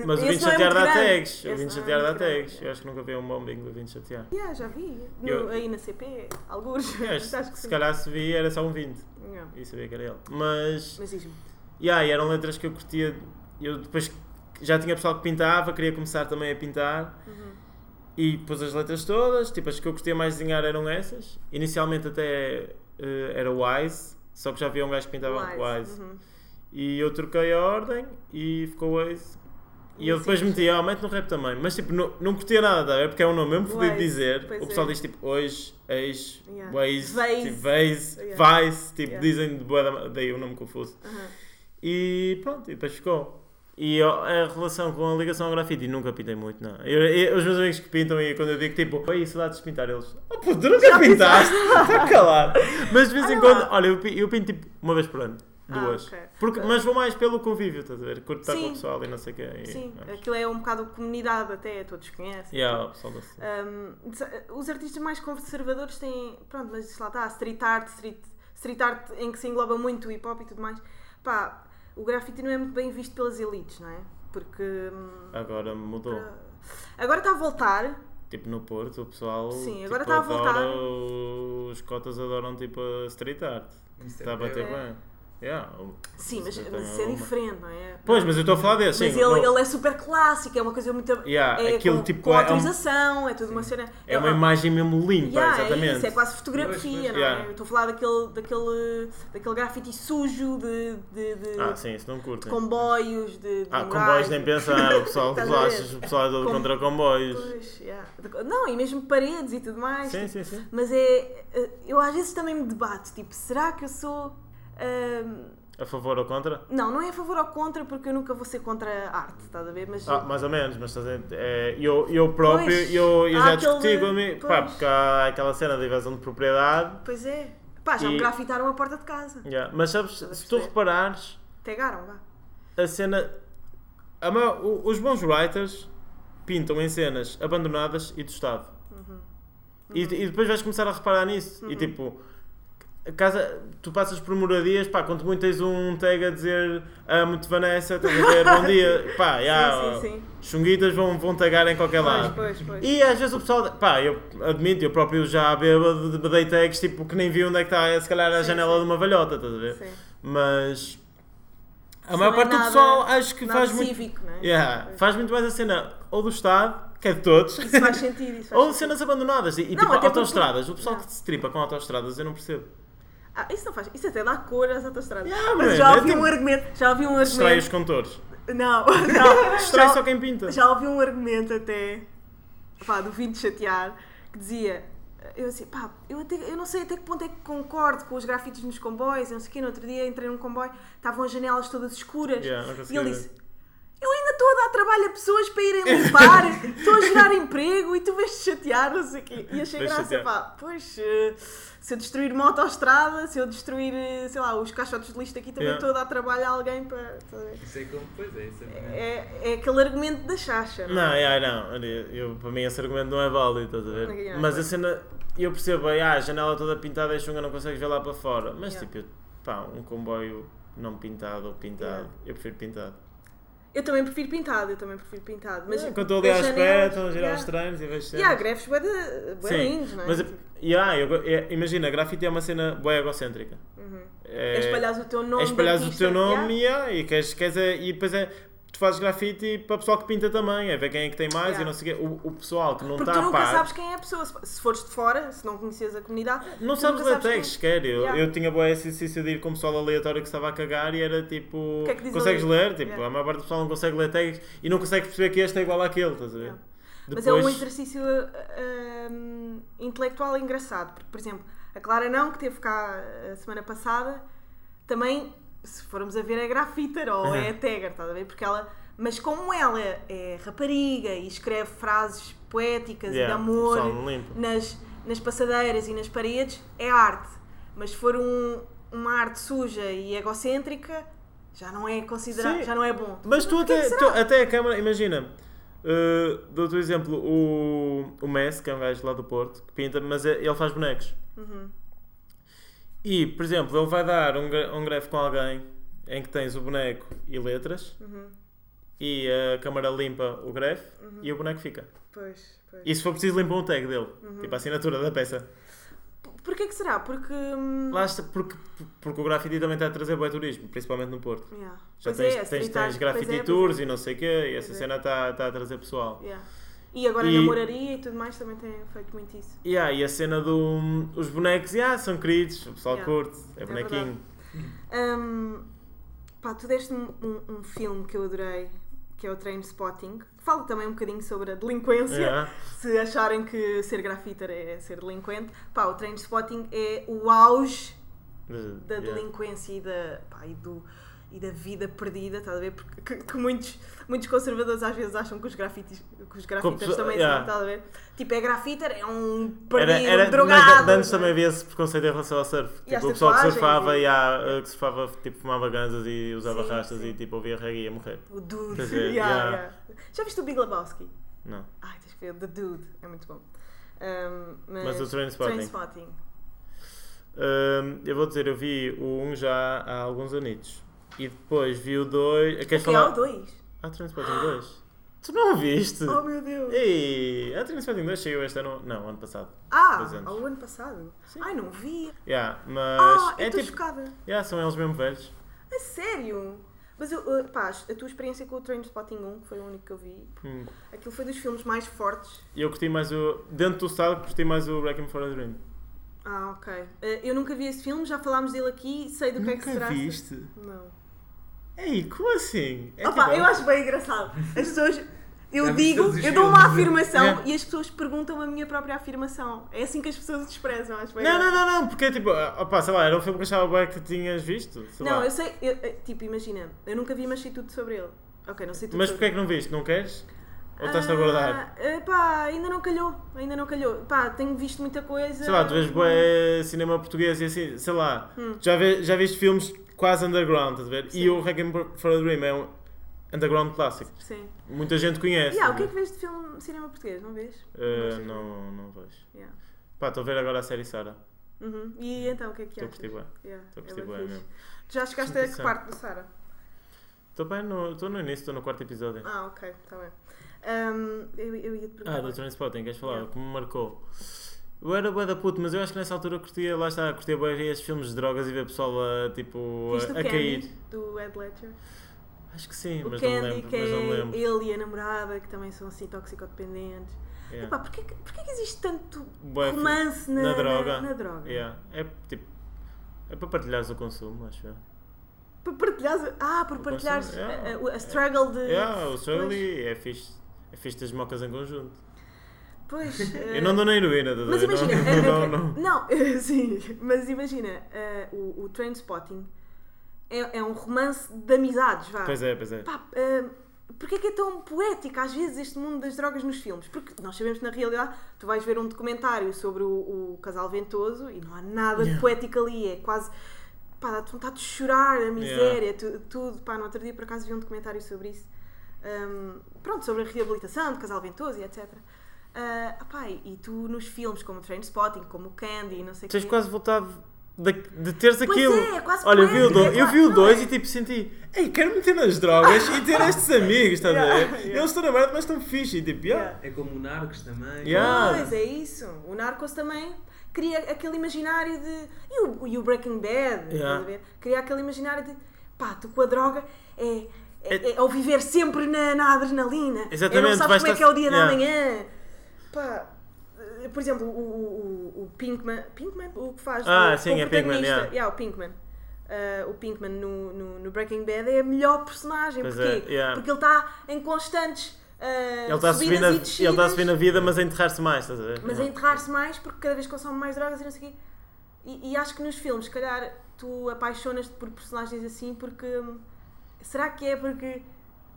[SPEAKER 4] mas o
[SPEAKER 3] Esse
[SPEAKER 4] Vinte
[SPEAKER 3] não é
[SPEAKER 4] Chatear
[SPEAKER 3] muito
[SPEAKER 4] dá
[SPEAKER 3] grande.
[SPEAKER 4] tags.
[SPEAKER 3] Esse
[SPEAKER 4] O Vinte
[SPEAKER 3] não é
[SPEAKER 4] Chatear dá
[SPEAKER 3] muito grande.
[SPEAKER 4] tags. Eu acho que nunca vi um bombing do Vinte Chatear.
[SPEAKER 3] Yeah, já vi. No-
[SPEAKER 4] Eu-
[SPEAKER 3] Aí na CP, alguns.
[SPEAKER 4] Eu acho que se calhar se vi era só um 20
[SPEAKER 3] Yeah.
[SPEAKER 4] e sabia que era ele. Mas
[SPEAKER 3] Mas diz-me.
[SPEAKER 4] Yeah, e eram letras que eu curtia. Eu depois já tinha pessoal que pintava, queria começar também a pintar.
[SPEAKER 3] Uhum.
[SPEAKER 4] E pus as letras todas, tipo, as que eu curtia mais desenhar eram essas. Inicialmente até eh, era Wise, só que já havia um gajo que pintava Wise.
[SPEAKER 3] Wise. Uhum.
[SPEAKER 4] E eu troquei a ordem e ficou Wise. E
[SPEAKER 3] E
[SPEAKER 4] eu
[SPEAKER 3] assim-
[SPEAKER 4] depois meti, ah, mete no rap também. Mas tipo, não, não curtia nada, tá? a ver? porque é um nome mesmo fodido de
[SPEAKER 3] Wise,
[SPEAKER 4] dizer.
[SPEAKER 3] pois
[SPEAKER 4] O pessoal
[SPEAKER 3] é.
[SPEAKER 4] diz tipo, hoje, ex,
[SPEAKER 3] Yeah.
[SPEAKER 4] Waze,
[SPEAKER 3] Vase.
[SPEAKER 4] tipo, Vase,
[SPEAKER 3] Yeah.
[SPEAKER 4] Vice, tipo,
[SPEAKER 3] Yeah.
[SPEAKER 4] dizem de boa, da- daí o nome confuso.
[SPEAKER 3] Aham.
[SPEAKER 4] E pronto, e depois ficou. E ó, a relação com a ligação ao grafite, nunca pintei muito, não. Eu- eu- os meus amigos que pintam, e quando eu digo tipo, oi, saudades de pintar, eles, oh puto, tu nunca pintaste, está calado. Mas de vez em
[SPEAKER 3] Olha
[SPEAKER 4] quando,
[SPEAKER 3] lá.
[SPEAKER 4] olha, eu, pi- eu pinto tipo uma vez por ano,
[SPEAKER 3] Ah,
[SPEAKER 4] duas.
[SPEAKER 3] ok.
[SPEAKER 4] Porque, mas vou mais pelo convívio, estás a ver? Curto estar com o
[SPEAKER 3] Sim.
[SPEAKER 4] pessoal e não sei o quê. E,
[SPEAKER 3] Sim,
[SPEAKER 4] vamos.
[SPEAKER 3] aquilo é um bocado comunidade até, todos conhecem.
[SPEAKER 4] Yeah, o pessoal da cidade.
[SPEAKER 3] Um, desa- os artistas mais conservadores têm, pronto, mas isso lá está, street art, street, street art em que se engloba muito o hip hop e tudo mais. Pá, o grafite não é muito bem visto pelas elites, não é? Porque. hum,
[SPEAKER 4] Agora mudou.
[SPEAKER 3] Agora está a voltar.
[SPEAKER 4] Tipo no Porto, o pessoal
[SPEAKER 3] Sim,
[SPEAKER 4] tipo,
[SPEAKER 3] agora está a voltar.
[SPEAKER 4] adora o- Os cotas adoram tipo a street art.
[SPEAKER 5] Isso é
[SPEAKER 4] Está a bater
[SPEAKER 5] bem.
[SPEAKER 4] bem. Yeah, o-
[SPEAKER 3] Sim, mas,
[SPEAKER 4] Eu tenho
[SPEAKER 3] mas isso é
[SPEAKER 4] uma.
[SPEAKER 3] diferente, não é?
[SPEAKER 4] Pois, mas eu estou a falar desse.
[SPEAKER 3] Mas
[SPEAKER 4] sim,
[SPEAKER 3] ele,
[SPEAKER 4] não-
[SPEAKER 3] ele é super clássico, é uma coisa muito.
[SPEAKER 4] Yeah,
[SPEAKER 3] é
[SPEAKER 4] aquilo
[SPEAKER 3] com,
[SPEAKER 4] tipo
[SPEAKER 3] com
[SPEAKER 4] é um-
[SPEAKER 3] autorização, é tudo uma cena.
[SPEAKER 4] É uma
[SPEAKER 3] é-
[SPEAKER 4] imagem mesmo limpa,
[SPEAKER 3] Yeah, É,
[SPEAKER 4] exatamente.
[SPEAKER 3] isso, é quase fotografia,
[SPEAKER 5] Pois, pois,
[SPEAKER 3] não
[SPEAKER 4] yeah.
[SPEAKER 3] é? Eu Estou a falar daquele, daquele, daquele grafite sujo de, de, de-
[SPEAKER 4] Ah, sim, isso não curto.
[SPEAKER 3] de comboios, de. de
[SPEAKER 4] Ah,
[SPEAKER 3] murais.
[SPEAKER 4] comboios nem pensar, o pessoal
[SPEAKER 3] Estás a ver?
[SPEAKER 4] relaxas, o pessoal é todo
[SPEAKER 3] Com-
[SPEAKER 4] contra comboios.
[SPEAKER 3] Pois, yeah. De- Não, e mesmo paredes e tudo mais.
[SPEAKER 4] Sim,
[SPEAKER 3] tipo,
[SPEAKER 4] sim, sim.
[SPEAKER 3] Mas é. Eu às vezes também me debato, tipo, será que eu sou. ahm,
[SPEAKER 4] A favor ou contra?
[SPEAKER 3] não, não é a favor ou contra, porque eu nunca vou ser contra a arte, estás a ver? Mas
[SPEAKER 4] Ah, mais ou menos, mas estás a dizer, é, eu, eu próprio,
[SPEAKER 3] Pois,
[SPEAKER 4] eu, eu
[SPEAKER 3] há
[SPEAKER 4] já
[SPEAKER 3] aquele-
[SPEAKER 4] discuti com comigo, pá,
[SPEAKER 3] pois.
[SPEAKER 4] porque há aquela cena da invasão de propriedade,
[SPEAKER 3] Pois é. Pá, já me
[SPEAKER 4] E-
[SPEAKER 3] grafitaram a porta de casa.
[SPEAKER 4] yeah, mas sabes,
[SPEAKER 3] a
[SPEAKER 4] se tu
[SPEAKER 3] perceber.
[SPEAKER 4] reparares,
[SPEAKER 3] Pegaram, vá.
[SPEAKER 4] a cena, a maior- o- os bons writers pintam em cenas abandonadas e do Estado.
[SPEAKER 3] Uhum.
[SPEAKER 4] E, e depois vais começar a reparar nisso, e tipo... a Casa, tu passas por moradias, pá, quando muito tens um tag a dizer amo-te Vanessa, estás a ver, bom dia, pá, já,
[SPEAKER 3] sim, sim.
[SPEAKER 4] chunguitas vão, vão tagar em qualquer lado.
[SPEAKER 3] Pois, pois.
[SPEAKER 4] E às vezes o pessoal, pá, eu admito, eu próprio já bêbado de- dei tags tipo que nem vi onde é que está, se calhar, a
[SPEAKER 3] Sim,
[SPEAKER 4] janela
[SPEAKER 3] sim.
[SPEAKER 4] de uma valhota, estás a ver?
[SPEAKER 3] Sim.
[SPEAKER 4] Mas a
[SPEAKER 3] Isso
[SPEAKER 4] maior
[SPEAKER 3] não é
[SPEAKER 4] parte do
[SPEAKER 3] nada-
[SPEAKER 4] pessoal acho que
[SPEAKER 3] nada
[SPEAKER 4] faz muito.
[SPEAKER 3] cívico, não é?
[SPEAKER 4] Yeah, faz muito mais a cena ou do Estado, que é de todos,
[SPEAKER 3] Isso faz sentido, isso faz
[SPEAKER 4] ou
[SPEAKER 3] sentido.
[SPEAKER 4] cenas abandonadas. E, e,
[SPEAKER 3] Não,
[SPEAKER 4] tipo
[SPEAKER 3] até porque-
[SPEAKER 4] autoestradas. O pessoal
[SPEAKER 3] Não.
[SPEAKER 4] que se tripa com autoestradas eu não percebo.
[SPEAKER 3] Ah, isso não faz. Isso até dá cor às autostradas.
[SPEAKER 4] Yeah,
[SPEAKER 3] mas
[SPEAKER 4] man,
[SPEAKER 3] já
[SPEAKER 4] é
[SPEAKER 3] ouvi
[SPEAKER 4] tipo-
[SPEAKER 3] um argumento. Já ouvi um
[SPEAKER 4] Distrai
[SPEAKER 3] argumento.
[SPEAKER 4] os condutores.
[SPEAKER 3] Não, não.
[SPEAKER 4] Distrai
[SPEAKER 3] já-
[SPEAKER 4] só quem pinta.
[SPEAKER 3] Já ouvi um argumento até pá, do Vim de Chatear que dizia. Eu assim, pá, eu, até, eu não sei até que ponto é que concordo com os grafites nos comboios, não sei o quê, no outro dia entrei num comboio, estavam as janelas todas escuras,
[SPEAKER 4] Yeah, não
[SPEAKER 3] e
[SPEAKER 4] conseguia
[SPEAKER 3] ele
[SPEAKER 4] ver.
[SPEAKER 3] disse, eu ainda estou a dar trabalho a pessoas para irem limpar, estou a gerar emprego e tu vais-te chatear, não sei o quê. E achei
[SPEAKER 4] Vais
[SPEAKER 3] graça,
[SPEAKER 4] chatear.
[SPEAKER 3] pá, pois, eh, se eu destruir uma autoestrada, se eu destruir, eh, sei lá, os caixotes de lixo aqui, também
[SPEAKER 4] Yeah.
[SPEAKER 3] estou a dar trabalho a alguém para... estás a ver?
[SPEAKER 5] Isso é como. Pois é, isso é.
[SPEAKER 3] É, é aquele argumento da chacha, não é?
[SPEAKER 4] Não, yeah, não. Olha, eu, para mim esse argumento não é válido, estás a ver?
[SPEAKER 3] Ok, yeah,
[SPEAKER 4] mas a
[SPEAKER 3] pois.
[SPEAKER 4] cena, eu percebo, aí, ah, a janela toda pintada e chunga, não consegues ver lá para fora. Mas
[SPEAKER 3] Yeah.
[SPEAKER 4] tipo, eu- pá, um comboio não pintado ou pintado,
[SPEAKER 3] Yeah.
[SPEAKER 4] eu prefiro pintado.
[SPEAKER 3] Eu também prefiro pintado, eu também prefiro pintado. Mas
[SPEAKER 4] Mas enquanto estou ali à
[SPEAKER 3] as
[SPEAKER 4] espera,
[SPEAKER 3] janelas-
[SPEAKER 4] estão a girar
[SPEAKER 3] yeah.
[SPEAKER 4] os treinos e vejo
[SPEAKER 3] E há greves bué de- bué
[SPEAKER 4] Sim,
[SPEAKER 3] lindos, não é?
[SPEAKER 4] mas yeah, eu, go- é, imagina, grafite é uma cena boa egocêntrica.
[SPEAKER 3] É espalhares o teu nome
[SPEAKER 4] é espalhares
[SPEAKER 3] de
[SPEAKER 4] o
[SPEAKER 3] artista,
[SPEAKER 4] teu nome
[SPEAKER 3] yeah.
[SPEAKER 4] yeah, e, tá queres, queres, é- e depois é. Tu fazes grafite para o pessoal que pinta também, é ver quem é que tem mais
[SPEAKER 3] Yeah.
[SPEAKER 4] e não sei o quê. O, o pessoal que não
[SPEAKER 3] Porque
[SPEAKER 4] está
[SPEAKER 3] tu
[SPEAKER 4] a
[SPEAKER 3] nunca
[SPEAKER 4] par.
[SPEAKER 3] sabes quem é a pessoa. Se- Se fores de fora, se não conheces a comunidade,
[SPEAKER 4] Não
[SPEAKER 3] tu
[SPEAKER 4] sabes
[SPEAKER 3] nunca
[SPEAKER 4] ler
[SPEAKER 3] sabes é.
[SPEAKER 4] tags, quer? Eu,
[SPEAKER 3] Yeah.
[SPEAKER 4] eu tinha boa esse exercício de ir com pessoal aleatório que estava a cagar e era tipo.
[SPEAKER 3] que é que diz
[SPEAKER 4] consegues
[SPEAKER 3] ali?
[SPEAKER 4] ler? Tipo,
[SPEAKER 3] Yeah.
[SPEAKER 4] a maior parte do pessoal não consegue ler tags e não consegue perceber que este é igual àquele, estás a ver?
[SPEAKER 3] Yeah. Mas
[SPEAKER 4] Depois,
[SPEAKER 3] é um exercício ah, hum, intelectual engraçado, porque, por exemplo, a Clara Não, que teve cá eh, a semana passada, também, se formos a ver, é grafiter ou é tagger, estás a ver? Porque ela, mas como ela é rapariga e escreve frases poéticas
[SPEAKER 4] Yeah,
[SPEAKER 3] e de amor
[SPEAKER 4] o pessoal não limpa.
[SPEAKER 3] nas, nas passadeiras e nas paredes, é arte. Mas se for um- uma arte suja e egocêntrica, já não é considerado,
[SPEAKER 4] Sim.
[SPEAKER 3] já não é bom.
[SPEAKER 4] Mas tu
[SPEAKER 3] Porquê que
[SPEAKER 4] até,
[SPEAKER 3] será?
[SPEAKER 4] tu- até a câmara, imagina. Uh, Dou-te um exemplo, o, o Messi, que é um gajo lá do Porto, que pinta, mas é- ele faz bonecos.
[SPEAKER 3] Uhum.
[SPEAKER 4] E, por exemplo, ele vai dar um, gra- um greve com alguém em que tens o boneco e letras,
[SPEAKER 3] Uhum.
[SPEAKER 4] e a câmara limpa o greve e o boneco fica.
[SPEAKER 3] Pois, pois.
[SPEAKER 4] E se for preciso, limpam o tag dele.
[SPEAKER 3] Uhum.
[SPEAKER 4] Tipo a assinatura da peça.
[SPEAKER 3] Porquê que será? Porque. hum,
[SPEAKER 4] Lá está, porque, porque o graffiti também está a trazer bom turismo, principalmente no Porto.
[SPEAKER 3] yeah.
[SPEAKER 4] Já
[SPEAKER 3] Pois
[SPEAKER 4] tens,
[SPEAKER 3] é,
[SPEAKER 4] tens,
[SPEAKER 3] street
[SPEAKER 4] tens
[SPEAKER 3] art,
[SPEAKER 4] graffiti
[SPEAKER 3] pois é,
[SPEAKER 4] tours e não sei o quê, e essa
[SPEAKER 3] Pois é.
[SPEAKER 4] cena está, está a trazer pessoal.
[SPEAKER 3] pois é. Yeah. E agora
[SPEAKER 4] E-
[SPEAKER 3] a namoraria e tudo mais também tem feito muito isso.
[SPEAKER 4] Yeah, e a cena dos os bonecos, yeah, são queridos, o pessoal
[SPEAKER 3] Yeah.
[SPEAKER 4] curte, é
[SPEAKER 3] É
[SPEAKER 4] bonequinho.
[SPEAKER 3] Hum, pá, tu deste-me um, um filme que eu adorei, que é o Train Spotting. Fala também um bocadinho sobre a delinquência.
[SPEAKER 4] Yeah.
[SPEAKER 3] Se acharem que ser grafiter é ser delinquente, pá, o Train Spotting é o auge
[SPEAKER 4] De-
[SPEAKER 3] da
[SPEAKER 4] yeah.
[SPEAKER 3] delinquência e da, pá, e, do, e da vida perdida, estás a ver? Porque que- que muitos, muitos conservadores às vezes acham que os grafites, que os grafiteiros
[SPEAKER 4] pessoa-
[SPEAKER 3] também
[SPEAKER 4] yeah.
[SPEAKER 3] são, estás a ver? Tipo, é grafiter, é um
[SPEAKER 4] Era,
[SPEAKER 3] perdido,
[SPEAKER 4] era,
[SPEAKER 3] um
[SPEAKER 4] mas
[SPEAKER 3] drogado.
[SPEAKER 4] de- antes
[SPEAKER 3] não é?
[SPEAKER 4] também havia esse preconceito em relação ao surf.
[SPEAKER 3] E às
[SPEAKER 4] tipo, o pessoal que
[SPEAKER 3] tatuagens
[SPEAKER 4] surfava,
[SPEAKER 3] e-
[SPEAKER 4] yeah, uh, que surfava, tipo, fumava ganzas e usava
[SPEAKER 3] Sim,
[SPEAKER 4] rastas
[SPEAKER 3] sim.
[SPEAKER 4] e tipo, ouvia reggae e ia morrer.
[SPEAKER 3] O Dude.
[SPEAKER 4] Pois é,
[SPEAKER 3] yeah,
[SPEAKER 4] yeah.
[SPEAKER 3] yeah. Já viste o Big Lebowski?
[SPEAKER 4] Não.
[SPEAKER 3] Ai, tens que ver, The Dude, é muito bom. Um, mas,
[SPEAKER 4] Mas o Trainspotting.
[SPEAKER 3] Trainspotting.
[SPEAKER 4] Hum, eu vou dizer, eu vi o 1 já há alguns anitos. E depois vi o 2. Queres
[SPEAKER 3] Que é o
[SPEAKER 4] falar?
[SPEAKER 3] 2.
[SPEAKER 4] Ah, Transporting 2. Tu não viste?
[SPEAKER 3] Oh meu Deus!
[SPEAKER 4] É. Ei, a Train Spotting 2 saiu este ano. Não, ano passado.
[SPEAKER 3] Ah,
[SPEAKER 4] dois anos.
[SPEAKER 3] ao ano passado? Ai, não vi!
[SPEAKER 4] Yeah, mas.
[SPEAKER 3] Ah, eu
[SPEAKER 4] é
[SPEAKER 3] estou
[SPEAKER 4] tipo.
[SPEAKER 3] chocada!
[SPEAKER 4] Yeah, são eles mesmo velhos.
[SPEAKER 3] A É sério? Mas, eu, eh, pá, a tua experiência com o Trainspotting 1, que foi o único que eu vi,
[SPEAKER 4] Hum.
[SPEAKER 3] aquilo foi dos filmes mais fortes.
[SPEAKER 4] E eu curti mais o. Dentro do estado, curti mais o Wrecking for a Dream.
[SPEAKER 3] Ah, ok. Eh, eu nunca vi esse filme, já falámos dele aqui, sei do que é que se
[SPEAKER 4] Nunca
[SPEAKER 3] trata.
[SPEAKER 4] viste?
[SPEAKER 3] Não.
[SPEAKER 4] Ei, como assim? É
[SPEAKER 3] Opa,
[SPEAKER 4] tipo-
[SPEAKER 3] eu acho bem engraçado. As pessoas. Eu
[SPEAKER 5] Deve
[SPEAKER 3] digo,
[SPEAKER 5] ser
[SPEAKER 3] eu dou uma
[SPEAKER 5] desgelo.
[SPEAKER 3] afirmação
[SPEAKER 4] É.
[SPEAKER 3] e as pessoas perguntam a minha própria afirmação. É assim que as pessoas desprezam, acho bem
[SPEAKER 4] Não, não,
[SPEAKER 3] engraçado.
[SPEAKER 4] não, não, porque é tipo. ah, Opa, sei lá, era um filme que eu achava bué que tinhas visto. Sei
[SPEAKER 3] Não,
[SPEAKER 4] lá.
[SPEAKER 3] eu sei, eu- eh, tipo, imagina, eu nunca vi, mas sei tudo sobre ele. Ok, não sei tudo
[SPEAKER 4] Mas
[SPEAKER 3] sobre
[SPEAKER 4] porquê é que não viste? Não queres? Ou estás-te a guardar?
[SPEAKER 3] Ah, eh, pá, ainda não calhou, ainda não calhou. Pá, tenho visto muita coisa.
[SPEAKER 4] Sei lá, tu vês bué cinema português e assim, sei lá.
[SPEAKER 3] Hum.
[SPEAKER 4] Já, ve, já viste filmes quase underground, estás a ver? E o Wrecking for a Dream é um underground clássico.
[SPEAKER 3] Sim.
[SPEAKER 4] Muita gente conhece.
[SPEAKER 3] Yeah, o que é que
[SPEAKER 4] estás a
[SPEAKER 3] vês de filme de cinema português, não vês?
[SPEAKER 4] ver? Ah, não, não vejo.
[SPEAKER 3] Yeah.
[SPEAKER 4] Pá, estou a ver agora a série Sara.
[SPEAKER 3] Uhum. E então, o que é que
[SPEAKER 4] Estou a
[SPEAKER 3] achas?
[SPEAKER 4] curtir bué.
[SPEAKER 3] Yeah,
[SPEAKER 4] Estou a
[SPEAKER 3] é
[SPEAKER 4] curtir
[SPEAKER 3] bem
[SPEAKER 4] bué
[SPEAKER 3] fixe.
[SPEAKER 4] mesmo. é
[SPEAKER 3] Já chegaste a que
[SPEAKER 4] Interessante.
[SPEAKER 3] parte do Sara?
[SPEAKER 4] Estou bem no, estou no início, estou no quarto episódio.
[SPEAKER 3] Ah, ok, está bem. Ahm, eu, eu ia te perguntar.
[SPEAKER 4] Ah, do Transporting, queres falar?
[SPEAKER 3] Yeah.
[SPEAKER 4] Como me marcou? Eu era bué da puto, mas eu acho que nessa altura curtia, lá está, curtia bué ver esses filmes de drogas e ver pessoal a, tipo,
[SPEAKER 3] Viste o
[SPEAKER 4] a, a
[SPEAKER 3] Candy
[SPEAKER 4] cair.
[SPEAKER 3] do Ed Ledger?
[SPEAKER 4] Acho que sim,
[SPEAKER 3] o
[SPEAKER 4] mas não, me
[SPEAKER 3] Candy,
[SPEAKER 4] lembro,
[SPEAKER 3] que
[SPEAKER 4] mas não me
[SPEAKER 3] é
[SPEAKER 4] lembro.
[SPEAKER 3] ele e a namorada, que também são assim toxicodependentes.
[SPEAKER 4] Yeah.
[SPEAKER 3] Epá, porquê, que- porquê que existe tanto
[SPEAKER 4] Bué fi-
[SPEAKER 3] romance na,
[SPEAKER 4] na droga.
[SPEAKER 3] na droga?
[SPEAKER 4] Yeah. É tipo. É para partilhares o consumo, acho eu.
[SPEAKER 3] Para partilhares. Ah, por partilhares
[SPEAKER 4] consumo,
[SPEAKER 3] a-
[SPEAKER 4] yeah.
[SPEAKER 3] a, a struggle de.
[SPEAKER 4] Yeah, o Shirley é fixe. É fixe das mocas em conjunto.
[SPEAKER 3] Pois. eh,
[SPEAKER 4] Eu não dou na heroína, estás a
[SPEAKER 3] Mas
[SPEAKER 4] ver?
[SPEAKER 3] imagina,
[SPEAKER 4] Não,
[SPEAKER 3] eh,
[SPEAKER 4] não, não.
[SPEAKER 3] não, eh, sim, mas imagina, eh, o, o Trainspotting é, é um romance de amizades, vá.
[SPEAKER 4] Pois é, pois é.
[SPEAKER 3] Pá, eh, porque é que é tão poético às vezes este mundo das drogas nos filmes? Porque nós sabemos que na realidade tu vais ver um documentário sobre o, o casal ventoso e não há nada de
[SPEAKER 4] Yeah.
[SPEAKER 3] poético ali, é quase pá, dá-te vontade de chorar, a miséria, tu- tudo. Pá, no outro dia por acaso vi um documentário sobre isso, Hum, pronto, sobre a reabilitação de casal ventoso e etc. Ah, pá, e tu nos filmes como Trainspotting, como o Candy e não sei o
[SPEAKER 4] Tens
[SPEAKER 3] quê.
[SPEAKER 4] quase vontade de, de teres
[SPEAKER 3] Pois
[SPEAKER 4] aquilo.
[SPEAKER 3] é, é quase
[SPEAKER 4] Olha, eu vi, o
[SPEAKER 3] poético,
[SPEAKER 4] dois,
[SPEAKER 3] é
[SPEAKER 4] eu vi
[SPEAKER 3] quase-
[SPEAKER 4] o 2
[SPEAKER 3] não é?
[SPEAKER 4] e tipo senti, ei, quero meter nas drogas e ter estes amigos, estás a ver?
[SPEAKER 3] Yeah, yeah.
[SPEAKER 4] Eles estão na merda, mas estão fixe. E tipo, yeah.
[SPEAKER 5] É como o Narcos também.
[SPEAKER 4] Yeah.
[SPEAKER 3] Pois, é isso. O Narcos também cria aquele imaginário de... E o, e o Breaking Bad, estás a ver? Cria aquele imaginário de... Pá, tu com a droga é... É, é, ao viver sempre na, na adrenalina. É, não
[SPEAKER 4] Exatamente,
[SPEAKER 3] sabes
[SPEAKER 4] vais
[SPEAKER 3] como é
[SPEAKER 4] estar-
[SPEAKER 3] que é o dia da
[SPEAKER 4] Yeah.
[SPEAKER 3] manhã. Pá... eh, Por exemplo, o, o, o- o Pinkman... Pinkman? O que faz?
[SPEAKER 4] Ah,
[SPEAKER 3] o,
[SPEAKER 4] sim, é Pinkman,
[SPEAKER 3] protagonista.
[SPEAKER 4] yeah.
[SPEAKER 3] o Pinkman. Ah, o Pinkman no, no, no Breaking Bad é a melhor personagem.
[SPEAKER 4] Pois
[SPEAKER 3] Porquê?
[SPEAKER 4] é, yeah.
[SPEAKER 3] Porque ele está em constantes ah,
[SPEAKER 4] Ele está a subir
[SPEAKER 3] subidas
[SPEAKER 4] na-
[SPEAKER 3] e
[SPEAKER 4] ele
[SPEAKER 3] descidas.
[SPEAKER 4] está a subir na vida, mas a enterrar-se mais, estás a ver?
[SPEAKER 3] Mas a
[SPEAKER 4] Yeah.
[SPEAKER 3] enterrar-se mais porque cada vez consome mais drogas e não sei o quê. E, e acho que nos filmes, se calhar, tu apaixonas-te por personagens assim porque. hum, Será que é porque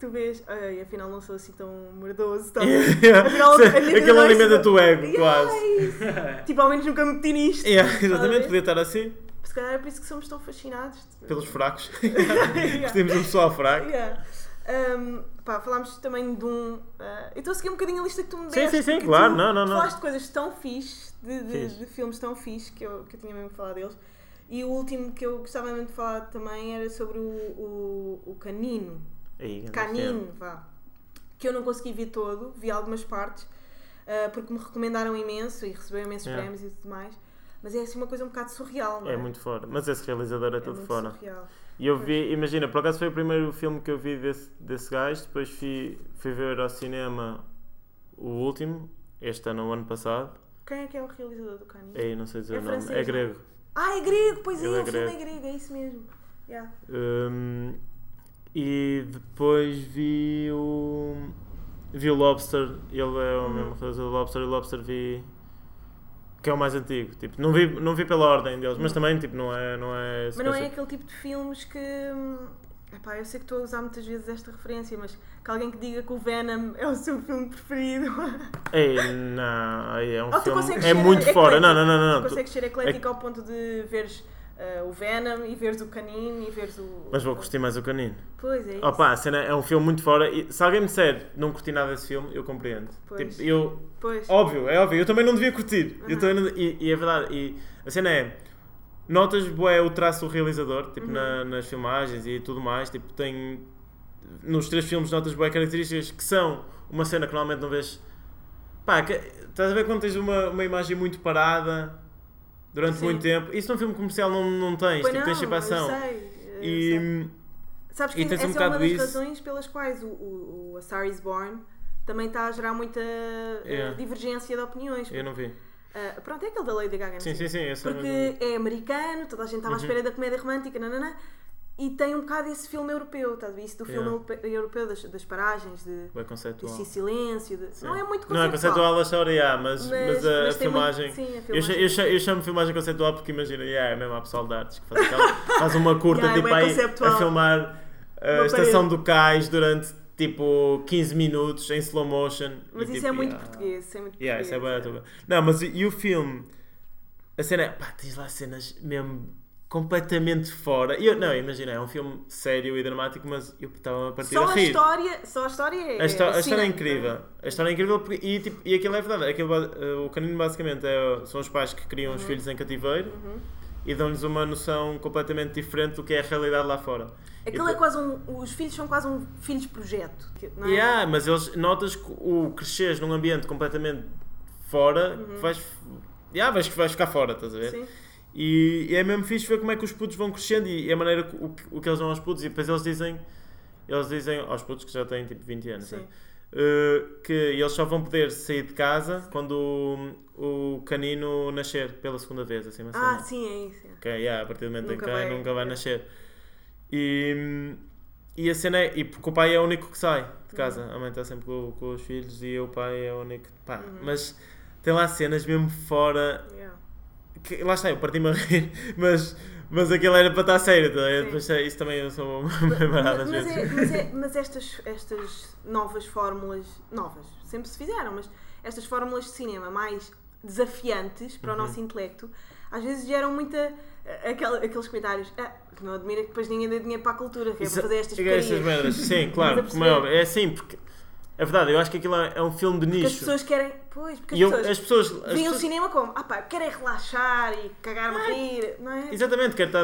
[SPEAKER 3] tu vês. Ai, afinal não sou assim tão mordoso. Tão... Afinal, a minha vida
[SPEAKER 4] Aquilo
[SPEAKER 3] não é
[SPEAKER 4] alimenta
[SPEAKER 3] assim
[SPEAKER 4] o teu ego,
[SPEAKER 3] Yeah,
[SPEAKER 4] quase.
[SPEAKER 3] é isso. tipo, ao menos nunca me meti nisto.
[SPEAKER 4] Yeah,
[SPEAKER 3] Estás a ver?
[SPEAKER 4] exatamente, podia estar assim,
[SPEAKER 3] Se calhar é por isso que somos tão fascinados.
[SPEAKER 4] pelos fracos.
[SPEAKER 3] Yeah.
[SPEAKER 4] Temos um pessoal fraco.
[SPEAKER 3] Yeah. Hum, pá, falámos também de um. ah, eu estou a seguir um bocadinho a lista que tu me
[SPEAKER 4] Sim,
[SPEAKER 3] deste.
[SPEAKER 4] sim, sim,
[SPEAKER 3] porque
[SPEAKER 4] claro,
[SPEAKER 3] tu
[SPEAKER 4] não, não, não.
[SPEAKER 3] Falaste de coisas tão fixe, de, de-
[SPEAKER 4] Fixe.
[SPEAKER 3] de filmes tão fixe que eu, que eu tinha mesmo que falar deles. E o último que eu gostava mesmo de falar também era sobre o, o, o Canino.
[SPEAKER 4] Aí, grande filme.
[SPEAKER 3] Canino, vá. Que eu não consegui ver todo, vi algumas partes, ah, porque me recomendaram imenso e recebeu imensos
[SPEAKER 4] Yeah.
[SPEAKER 3] prémios e tudo mais. Mas é assim uma coisa um bocado surreal, não é?
[SPEAKER 4] É muito fora, mas esse realizador é
[SPEAKER 3] É
[SPEAKER 4] todo
[SPEAKER 3] muito
[SPEAKER 4] fora.
[SPEAKER 3] surreal.
[SPEAKER 4] E eu vi, imagina, por acaso foi o primeiro filme que eu vi desse, desse gajo, depois fui, fui ver ao cinema o último, este ano, o ano passado.
[SPEAKER 3] Quem é que é o realizador do Canino?
[SPEAKER 4] Aí não sei dizer
[SPEAKER 3] É
[SPEAKER 4] o nome,
[SPEAKER 3] francês,
[SPEAKER 4] é
[SPEAKER 3] não?
[SPEAKER 4] grego.
[SPEAKER 3] Ah, é grego, pois é,
[SPEAKER 4] Ele é
[SPEAKER 3] o filme é grego, é isso mesmo. Yeah.
[SPEAKER 4] Hum, e depois vi o. Vi o Lobster, ele é o
[SPEAKER 3] Hum.
[SPEAKER 4] mesmo realizador do Lobster, e o Lobster vi. que é o mais antigo. Tipo, não vi, não vi pela ordem deles, mas também, tipo, não é. Não é
[SPEAKER 3] Hum. Mas não é aquele tipo de filmes que. hum, Epá, eu sei que estou a usar muitas vezes esta referência, mas que alguém que diga que o Venom é o seu filme preferido.
[SPEAKER 4] Ei, não, ei, é um
[SPEAKER 3] Ou Oh, tu
[SPEAKER 4] filme.
[SPEAKER 3] consegues
[SPEAKER 4] É
[SPEAKER 3] ser
[SPEAKER 4] muito fora, não, não, não, não.
[SPEAKER 3] tu
[SPEAKER 4] não, tu- é
[SPEAKER 3] consegues ser eclético ao ponto de veres ah, o Venom e veres o Canino e veres o.
[SPEAKER 4] Mas vou curtir mais o canino.
[SPEAKER 3] Pois é. Isso.
[SPEAKER 4] Opa, a cena é um filme muito fora. E, se alguém me disser não curti nada desse filme, eu compreendo.
[SPEAKER 3] Pois.
[SPEAKER 4] Tipo, eu.
[SPEAKER 3] Pois.
[SPEAKER 4] Óbvio, é óbvio. Eu também não devia curtir. Eu
[SPEAKER 3] Aham.
[SPEAKER 4] também não- e, e é verdade. E a cena é. Notas bué o traço do realizador, tipo
[SPEAKER 3] Uhum.
[SPEAKER 4] na- nas filmagens e tudo mais. Tipo, tem. Nos três filmes, notas bué características que são uma cena que normalmente não vês. Pá, que- estás a ver quando tens uma, uma imagem muito parada durante
[SPEAKER 3] Sim.
[SPEAKER 4] muito tempo? Isso num filme comercial não, não tens,
[SPEAKER 3] Pois
[SPEAKER 4] tipo, tens
[SPEAKER 3] não,
[SPEAKER 4] tipo
[SPEAKER 3] eu
[SPEAKER 4] ação.
[SPEAKER 3] sei, eu
[SPEAKER 4] E.
[SPEAKER 3] sei. Sabes que
[SPEAKER 4] e tens
[SPEAKER 3] essa
[SPEAKER 4] um
[SPEAKER 3] é
[SPEAKER 4] bocado
[SPEAKER 3] uma das
[SPEAKER 4] isso.
[SPEAKER 3] razões pelas quais o, o, o A Star Is Born também está a gerar muita eh,
[SPEAKER 4] Yeah.
[SPEAKER 3] divergência de opiniões.
[SPEAKER 4] Eu não vi.
[SPEAKER 3] Ah, pronto, é aquele da Lady Gaga. não
[SPEAKER 4] Sim,
[SPEAKER 3] sei.
[SPEAKER 4] sim, sim. Essa
[SPEAKER 3] Porque é americano, toda a gente
[SPEAKER 4] Uhum.
[SPEAKER 3] estava à espera da comédia romântica, nananã, e tem um bocado esse filme europeu, estás a ver? Isso do filme
[SPEAKER 4] Yeah.
[SPEAKER 3] europe- europeu das, das paragens, de,
[SPEAKER 4] é
[SPEAKER 3] de
[SPEAKER 4] conceitual.
[SPEAKER 3] si- silêncio. de-
[SPEAKER 4] Sim.
[SPEAKER 3] Não é muito conceitual.
[SPEAKER 4] Não é conceitual a chorar, yeah, mas, mas, uh, a- a,
[SPEAKER 3] mas tem muito-
[SPEAKER 4] filmagem.
[SPEAKER 3] sim, a
[SPEAKER 4] Eu, cha- eu,
[SPEAKER 3] filmagem.
[SPEAKER 4] cha- eu chamo filmagem conceitual porque imagina, yeah, é mesmo a pessoal de artes que faz, aquela- faz uma curta
[SPEAKER 3] Yeah, é
[SPEAKER 4] tipo,
[SPEAKER 3] bué
[SPEAKER 4] aí
[SPEAKER 3] conceptual.
[SPEAKER 4] a filmar uh, a
[SPEAKER 3] Uma
[SPEAKER 4] estação do cais durante tipo 15 minutos em slow motion.
[SPEAKER 3] Mas
[SPEAKER 4] E,
[SPEAKER 3] isso
[SPEAKER 4] tipo,
[SPEAKER 3] é muito
[SPEAKER 4] yeah.
[SPEAKER 3] português. Isso é muito
[SPEAKER 4] Yeah, isso é bué
[SPEAKER 3] português,
[SPEAKER 4] da tua- Não, mas e, e o filme? A cena é. Pá, tens lá cenas mesmo completamente fora. E Eu, não, imagina, é um filme sério e dramático, mas eu estava a partir
[SPEAKER 3] Só
[SPEAKER 4] a
[SPEAKER 3] a,
[SPEAKER 4] rir.
[SPEAKER 3] história, só a história é.
[SPEAKER 4] A, histó- a história é
[SPEAKER 3] fascinante,
[SPEAKER 4] incrível.
[SPEAKER 3] não
[SPEAKER 4] A história é incrível porque, e, tipo, e aquilo é verdade. Aquilo, ba- eh, o canino basicamente é- são os pais que criam
[SPEAKER 3] Uhum.
[SPEAKER 4] os filhos em cativeiro e dão-lhes uma noção completamente diferente do que é a realidade lá fora.
[SPEAKER 3] é? Aquilo é quase um. Os filhos são quase um filhos projeto. que- Não é?
[SPEAKER 4] Yeah, ah, mas eles notas que o cresceres num ambiente completamente fora,
[SPEAKER 3] Uhum.
[SPEAKER 4] que vais, yeah, vais, vais ficar fora, estás a ver?
[SPEAKER 3] Sim.
[SPEAKER 4] E, e é mesmo fixe ver como é que os putos vão crescendo e, e a maneira que, o, que- o que eles dão aos putos. E depois eles dizem, eles dizem aos putos que já têm tipo 20 anos,
[SPEAKER 3] Sim.
[SPEAKER 4] né? Uh, que eles só vão poder sair de casa quando o, o canino nascer pela segunda vez, assim, uma
[SPEAKER 3] Ah,
[SPEAKER 4] cena.
[SPEAKER 3] sim, é isso. é.
[SPEAKER 4] Ok, yeah, a partir do momento em que
[SPEAKER 3] Nunca vai-
[SPEAKER 4] nunca vai nascer. E, e a cena é, e porque o pai é o único que sai de casa,
[SPEAKER 3] Uhum.
[SPEAKER 4] a mãe está sempre com, com os filhos e o pai é o único. Pá,
[SPEAKER 3] Uhum.
[SPEAKER 4] mas tem lá cenas mesmo fora
[SPEAKER 3] Yeah.
[SPEAKER 4] que- lá está, eu parti-me a rir, mas, mas aquilo era para estar sério, tá? Eu
[SPEAKER 3] Sim.
[SPEAKER 4] depois, sei- isso também eu sou bem barato às
[SPEAKER 3] Mas, mas
[SPEAKER 4] vezes.
[SPEAKER 3] é- mas é- mas estas, estas novas fórmulas, novas, sempre se fizeram, mas estas fórmulas de cinema mais desafiantes
[SPEAKER 4] Uhum.
[SPEAKER 3] para o nosso intelecto, às vezes geram muita. a- aquela- aqueles comentários. "Ah, não admira que depois ninguém dê dinheiro para a cultura, que é para fazer estas
[SPEAKER 4] Isso- essas
[SPEAKER 3] porcarias."
[SPEAKER 4] merdas, sim, claro,
[SPEAKER 3] Estás a
[SPEAKER 4] como é
[SPEAKER 3] perceber?
[SPEAKER 4] óbvio. É assim, porque é verdade, eu acho que aquilo é é um filme de
[SPEAKER 3] Porque as
[SPEAKER 4] nicho.
[SPEAKER 3] pessoas querem. Pois, porque as
[SPEAKER 4] E eu-
[SPEAKER 3] pessoas.
[SPEAKER 4] as pessoas. as
[SPEAKER 3] Vêm o
[SPEAKER 4] pessoas-
[SPEAKER 3] cinema como? Ah pá, querem relaxar e cagar-me a rir, não é?
[SPEAKER 4] Exatamente, quero estar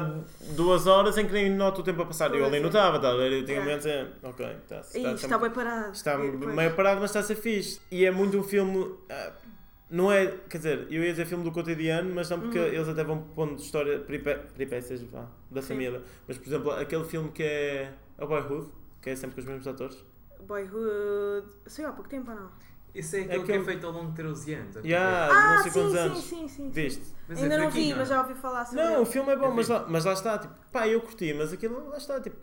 [SPEAKER 4] duas horas em que nem noto o tempo a passar. Eu
[SPEAKER 3] Pois
[SPEAKER 4] ali
[SPEAKER 3] é.
[SPEAKER 4] notava, tá? a ver? eu tinha
[SPEAKER 3] É.
[SPEAKER 4] momentos é. Ok, está
[SPEAKER 3] Ih,
[SPEAKER 4] está-
[SPEAKER 3] está bem parado.
[SPEAKER 4] Está
[SPEAKER 3] E depois-
[SPEAKER 4] meio parado, mas está a ser fixe. E é muito um filme. ah, não é. Quer dizer, eu ia dizer filme do cotidiano, mas não porque
[SPEAKER 3] Uhum.
[SPEAKER 4] eles até vão pondo história. peripé- peripécias vá, da família. Mas, por exemplo, aquele filme que é. A Boyhood, que é sempre com os mesmos atores.
[SPEAKER 3] Boyhood. Sei há pouco tempo ou não?
[SPEAKER 5] Isso é aquilo que
[SPEAKER 4] Aquele-
[SPEAKER 5] é feito ao longo de 13 anos. ok?
[SPEAKER 4] Já,
[SPEAKER 3] Ah,
[SPEAKER 4] não sei
[SPEAKER 3] sim,
[SPEAKER 4] quantos
[SPEAKER 3] sim,
[SPEAKER 4] anos.
[SPEAKER 3] sim, sim, sim.
[SPEAKER 4] Viste?
[SPEAKER 5] Mas é
[SPEAKER 3] Ainda não vi,
[SPEAKER 5] fraquinho,
[SPEAKER 3] mas
[SPEAKER 5] não é?
[SPEAKER 3] já ouvi falar sobre
[SPEAKER 4] Não, o
[SPEAKER 3] ele.
[SPEAKER 4] filme é bom,
[SPEAKER 5] vi.
[SPEAKER 4] mas lá, mas lá está, tipo, pá, eu curti, mas aquilo lá está, tipo,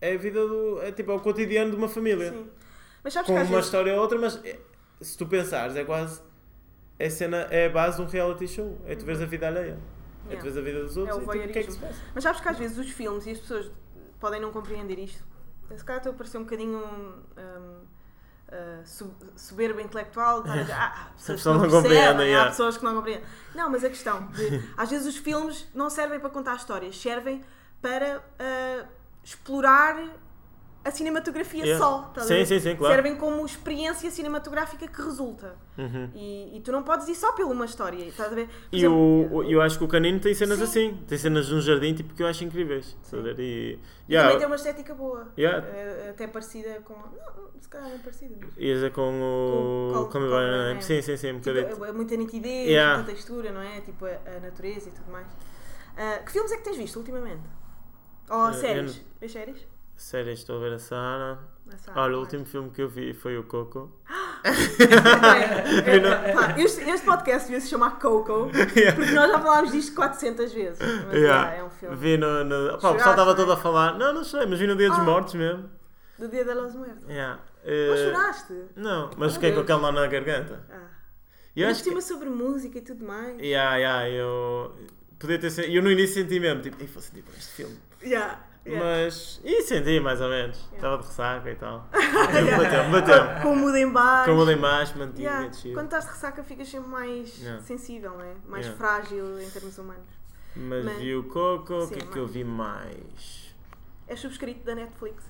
[SPEAKER 4] é a vida do. É tipo, é o cotidiano de uma família.
[SPEAKER 3] Sim. Mas sabes
[SPEAKER 4] Com
[SPEAKER 3] que
[SPEAKER 4] uma
[SPEAKER 3] às vezes...
[SPEAKER 4] história ou outra, mas é- se tu pensares, é quase. É, cena, é a base de um reality show. É tu vês a vida alheia. É
[SPEAKER 3] Yeah.
[SPEAKER 4] tu vês a vida dos outros
[SPEAKER 3] É o
[SPEAKER 4] e tipo, o que é que se
[SPEAKER 3] voyeurismo.
[SPEAKER 4] passa?
[SPEAKER 3] Mas sabes que às vezes os filmes e as pessoas podem não compreender isto. Se calhar estou a parecer um bocadinho hum, ah, sub- soberba intelectual. tá? Ah, há pessoas que
[SPEAKER 4] pessoa não
[SPEAKER 3] percebem,
[SPEAKER 4] compreende, yeah.
[SPEAKER 3] Há pessoas que não compreendem. Não, mas a questão de, às vezes os filmes não servem para contar histórias, servem para ah, explorar a cinematografia
[SPEAKER 4] Yeah.
[SPEAKER 3] só. tá a
[SPEAKER 4] Sim,
[SPEAKER 3] ver?
[SPEAKER 4] sim, sim, claro.
[SPEAKER 3] Servem como experiência cinematográfica que resulta. E, e tu não podes ir só pela uma história. Estás a ver? Por
[SPEAKER 4] Uhum. E
[SPEAKER 3] exemplo,
[SPEAKER 4] o, o- eu acho que o canino tem cenas
[SPEAKER 3] Sim.
[SPEAKER 4] assim. Tem cenas num jardim tipo, que eu acho incríveis. estás a ver? E,
[SPEAKER 3] Também tem
[SPEAKER 4] yeah,
[SPEAKER 3] uma estética boa.
[SPEAKER 4] Yeah.
[SPEAKER 3] Eh, Até parecida com. Não, se calhar não é parecida. mas-
[SPEAKER 4] e é com
[SPEAKER 3] Com
[SPEAKER 4] o.
[SPEAKER 3] o Col-
[SPEAKER 4] Call Me By
[SPEAKER 3] Call
[SPEAKER 4] Your
[SPEAKER 3] Me
[SPEAKER 4] Name.
[SPEAKER 3] By Your
[SPEAKER 4] Sim, sim, sim, um
[SPEAKER 3] Tipo,
[SPEAKER 4] bocadinho.
[SPEAKER 3] é muita nitidez,
[SPEAKER 4] Yeah.
[SPEAKER 3] muita textura, não é? Tipo, a, a natureza e tudo mais. Ah, que filmes é que tens visto ultimamente? Ou
[SPEAKER 4] Eh,
[SPEAKER 3] séries?
[SPEAKER 4] eu
[SPEAKER 3] Vês séries?
[SPEAKER 4] Sério, estou a ver a Sara.
[SPEAKER 3] Não sabe,
[SPEAKER 4] Olha, o
[SPEAKER 3] mas-
[SPEAKER 4] último filme que eu vi foi o Coco.
[SPEAKER 3] É, é, pá, este, este podcast devia se chamar Coco, porque nós já falámos disto 400 vezes. Mas
[SPEAKER 4] Yeah.
[SPEAKER 3] é, é um filme.
[SPEAKER 4] Vi no. no- Pá, o
[SPEAKER 3] Choraste,
[SPEAKER 4] pessoal estava
[SPEAKER 3] não é?
[SPEAKER 4] todo a falar. Não, não sei, mas vi no Dia dos
[SPEAKER 3] Ah.
[SPEAKER 4] Mortos mesmo.
[SPEAKER 3] Do Dia da Los Muertos.
[SPEAKER 4] Yeah.
[SPEAKER 3] Não
[SPEAKER 4] Eh,
[SPEAKER 3] choraste?
[SPEAKER 4] Não, mas
[SPEAKER 3] Oh,
[SPEAKER 4] fiquei com
[SPEAKER 3] Deus.
[SPEAKER 4] aquele lá na garganta.
[SPEAKER 3] Ah.
[SPEAKER 4] E eu
[SPEAKER 3] Mas
[SPEAKER 4] acho que.
[SPEAKER 3] cima sobre música e tudo mais.
[SPEAKER 4] Yeah, yeah, eu. Podia ter sen- Eu no início senti mesmo, tipo, "Ei, vou sentir para este filme.
[SPEAKER 3] Yeah, yeah.
[SPEAKER 4] Mas. E senti mais ou menos. Estava de ressaca e tal. Bateu-me, bateu-me.
[SPEAKER 3] Com o mudo em baixo.
[SPEAKER 4] Com o demais, mantinha
[SPEAKER 3] Yeah,
[SPEAKER 4] descido.
[SPEAKER 3] Quando estás de ressaca ficas sempre mais
[SPEAKER 4] Yeah.
[SPEAKER 3] sensível, não é? Mais
[SPEAKER 4] Yeah.
[SPEAKER 3] frágil em termos humanos.
[SPEAKER 4] Mas
[SPEAKER 3] Mas-
[SPEAKER 4] vi o Coco, o que é
[SPEAKER 3] Sim,
[SPEAKER 4] que eu vi mais?
[SPEAKER 3] És subscrito da Netflix.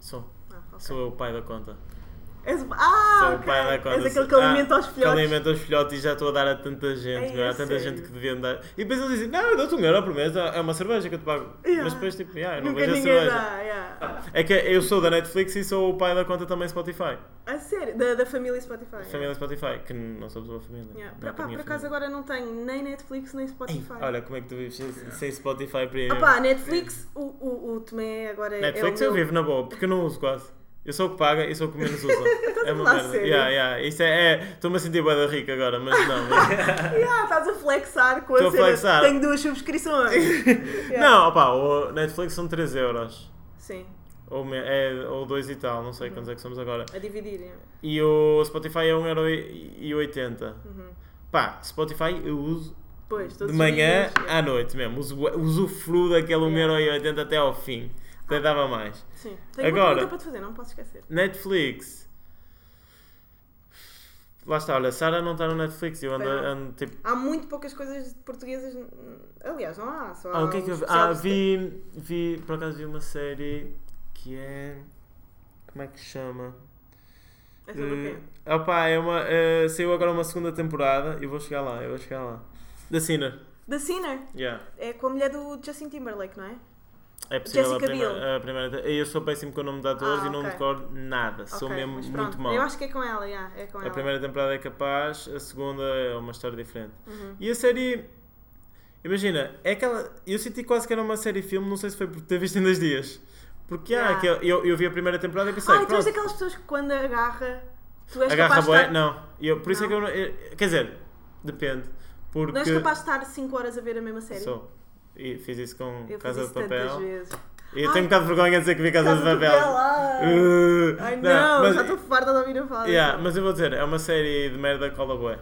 [SPEAKER 4] Sou.
[SPEAKER 3] Ah, ok.
[SPEAKER 4] Sou eu o pai da conta.
[SPEAKER 3] És... Ah,
[SPEAKER 4] Sou o
[SPEAKER 3] ok.
[SPEAKER 4] pai da
[SPEAKER 3] És
[SPEAKER 4] Conda.
[SPEAKER 3] aquele que
[SPEAKER 4] Ah,
[SPEAKER 3] alimenta os
[SPEAKER 4] Que
[SPEAKER 3] filhotes. É
[SPEAKER 4] alimenta os filhotes e já estou a dar a tanta gente,
[SPEAKER 3] Ei,
[SPEAKER 4] meu,
[SPEAKER 3] a
[SPEAKER 4] há tanta
[SPEAKER 3] sério?
[SPEAKER 4] gente que devia dar. E depois eles dizem, não, eu dou-te um euro por mês, é uma cerveja que eu te pago.
[SPEAKER 3] Yeah.
[SPEAKER 4] Mas depois, tipo, yeah, eu não
[SPEAKER 3] Nunca
[SPEAKER 4] vejo a
[SPEAKER 3] ninguém
[SPEAKER 4] cerveja.
[SPEAKER 3] dá. yeah.
[SPEAKER 4] É que eu sou da Netflix e sou o pai da conta também Spotify.
[SPEAKER 3] A sério, da, da família Spotify. yeah.
[SPEAKER 4] Família Spotify, que não somos uma família.
[SPEAKER 3] Yeah.
[SPEAKER 4] não é
[SPEAKER 3] Pá,
[SPEAKER 4] que a minha
[SPEAKER 3] por acaso
[SPEAKER 4] família.
[SPEAKER 3] agora não tenho nem Netflix nem Spotify.
[SPEAKER 4] Olha, como é que tu vives sem, sem Spotify para
[SPEAKER 3] Ah pá, Netflix, o, o, o Tomé agora é.
[SPEAKER 4] Netflix
[SPEAKER 3] é o
[SPEAKER 4] eu
[SPEAKER 3] meu-
[SPEAKER 4] vivo na boa, porque eu não uso quase. Eu sou o que paga e sou o que menos usa. é uma
[SPEAKER 3] falar
[SPEAKER 4] merda.
[SPEAKER 3] sério?
[SPEAKER 4] Yeah, yeah. Isso é. é- Estou-me a sentir bué da rica agora, mas não.
[SPEAKER 3] Yeah, estás a flexar com a
[SPEAKER 4] Estou a
[SPEAKER 3] cena.
[SPEAKER 4] flexar.
[SPEAKER 3] Tenho duas subscrições. Yeah.
[SPEAKER 4] Não, opá, o Netflix são 3 euros.
[SPEAKER 3] Sim,
[SPEAKER 4] Ou, me- é, ou 2 e tal, não sei quantos é que somos agora.
[SPEAKER 3] a dividir. yeah.
[SPEAKER 4] E o Spotify é 1,80€.
[SPEAKER 3] Uhum.
[SPEAKER 4] Pá, Spotify eu uso
[SPEAKER 3] Pois, todos
[SPEAKER 4] de
[SPEAKER 3] os
[SPEAKER 4] manhã
[SPEAKER 3] dias,
[SPEAKER 4] à
[SPEAKER 3] yeah.
[SPEAKER 4] noite mesmo. Uso, usufruo daquele 1,80€ até ao fim. Até dava mais.
[SPEAKER 3] Sim. Tenho
[SPEAKER 4] Agora-
[SPEAKER 3] uma pergunta para te fazer, não posso esquecer.
[SPEAKER 4] Netflix. Lá está, olha, Sara não está no Netflix. Eu ando,
[SPEAKER 3] Pois não.
[SPEAKER 4] ando, tipo.
[SPEAKER 3] Há muito poucas coisas portuguesas. hum, Aliás, não há. Só
[SPEAKER 4] Ah, o que é
[SPEAKER 3] há
[SPEAKER 4] que eu
[SPEAKER 3] uns
[SPEAKER 4] vi? Ah,
[SPEAKER 3] especiais-
[SPEAKER 4] vi, vi. Por acaso vi uma série que é. Como é que se chama?
[SPEAKER 3] É sobre o quê?
[SPEAKER 4] Hum, opá, é uma. eh, saiu agora uma segunda temporada. Eu vou chegar lá, eu vou chegar lá. Da Sinner.
[SPEAKER 3] The Sinner.
[SPEAKER 4] Yeah.
[SPEAKER 3] É com a mulher do Justin Timberlake, não é?
[SPEAKER 4] É possível a
[SPEAKER 3] Jessica
[SPEAKER 4] primeira, a primeira. Eu sou péssimo com o nome de atores
[SPEAKER 3] Ah,
[SPEAKER 4] e não me
[SPEAKER 3] ok.
[SPEAKER 4] decoro nada. Sou
[SPEAKER 3] Ok,
[SPEAKER 4] mesmo
[SPEAKER 3] mas
[SPEAKER 4] muito
[SPEAKER 3] pronto.
[SPEAKER 4] mau.
[SPEAKER 3] Eu acho que é com ela, yeah, é com
[SPEAKER 4] A
[SPEAKER 3] ela.
[SPEAKER 4] primeira temporada é capaz, a segunda é uma história diferente.
[SPEAKER 3] Uhum.
[SPEAKER 4] E a série. Imagina, é aquela. Eu senti quase que era uma série filme, não sei se foi por ter visto em dois dias. Porque ah,
[SPEAKER 3] Yeah.
[SPEAKER 4] aquele- eu, eu vi a primeira temporada e pensei,
[SPEAKER 3] Ah, tu és
[SPEAKER 4] pronto,
[SPEAKER 3] daquelas pessoas que quando agarra, tu és
[SPEAKER 4] agarra
[SPEAKER 3] capaz de
[SPEAKER 4] boé.
[SPEAKER 3] estar...
[SPEAKER 4] Não, E eu, por isso
[SPEAKER 3] Não.
[SPEAKER 4] é que eu, não- eu- Quer dizer, depende. Porque.
[SPEAKER 3] Não és capaz de estar 5 horas a ver a mesma série?
[SPEAKER 4] Sou. E fiz isso com
[SPEAKER 3] Eu
[SPEAKER 4] Casa
[SPEAKER 3] fiz
[SPEAKER 4] de
[SPEAKER 3] isso tantas
[SPEAKER 4] Papel.
[SPEAKER 3] vezes.
[SPEAKER 4] E eu
[SPEAKER 3] Ai,
[SPEAKER 4] tenho um bocado de vergonha de dizer que vi Casa,
[SPEAKER 3] Casa
[SPEAKER 4] de
[SPEAKER 3] de
[SPEAKER 4] Papel.
[SPEAKER 3] Papel, ai.
[SPEAKER 4] Uh,
[SPEAKER 3] Ai não,
[SPEAKER 4] mas-
[SPEAKER 3] já estou farda de ouvir a falar.
[SPEAKER 4] Yeah,
[SPEAKER 3] disso.
[SPEAKER 4] mas eu vou dizer, é uma série de merda cola boé.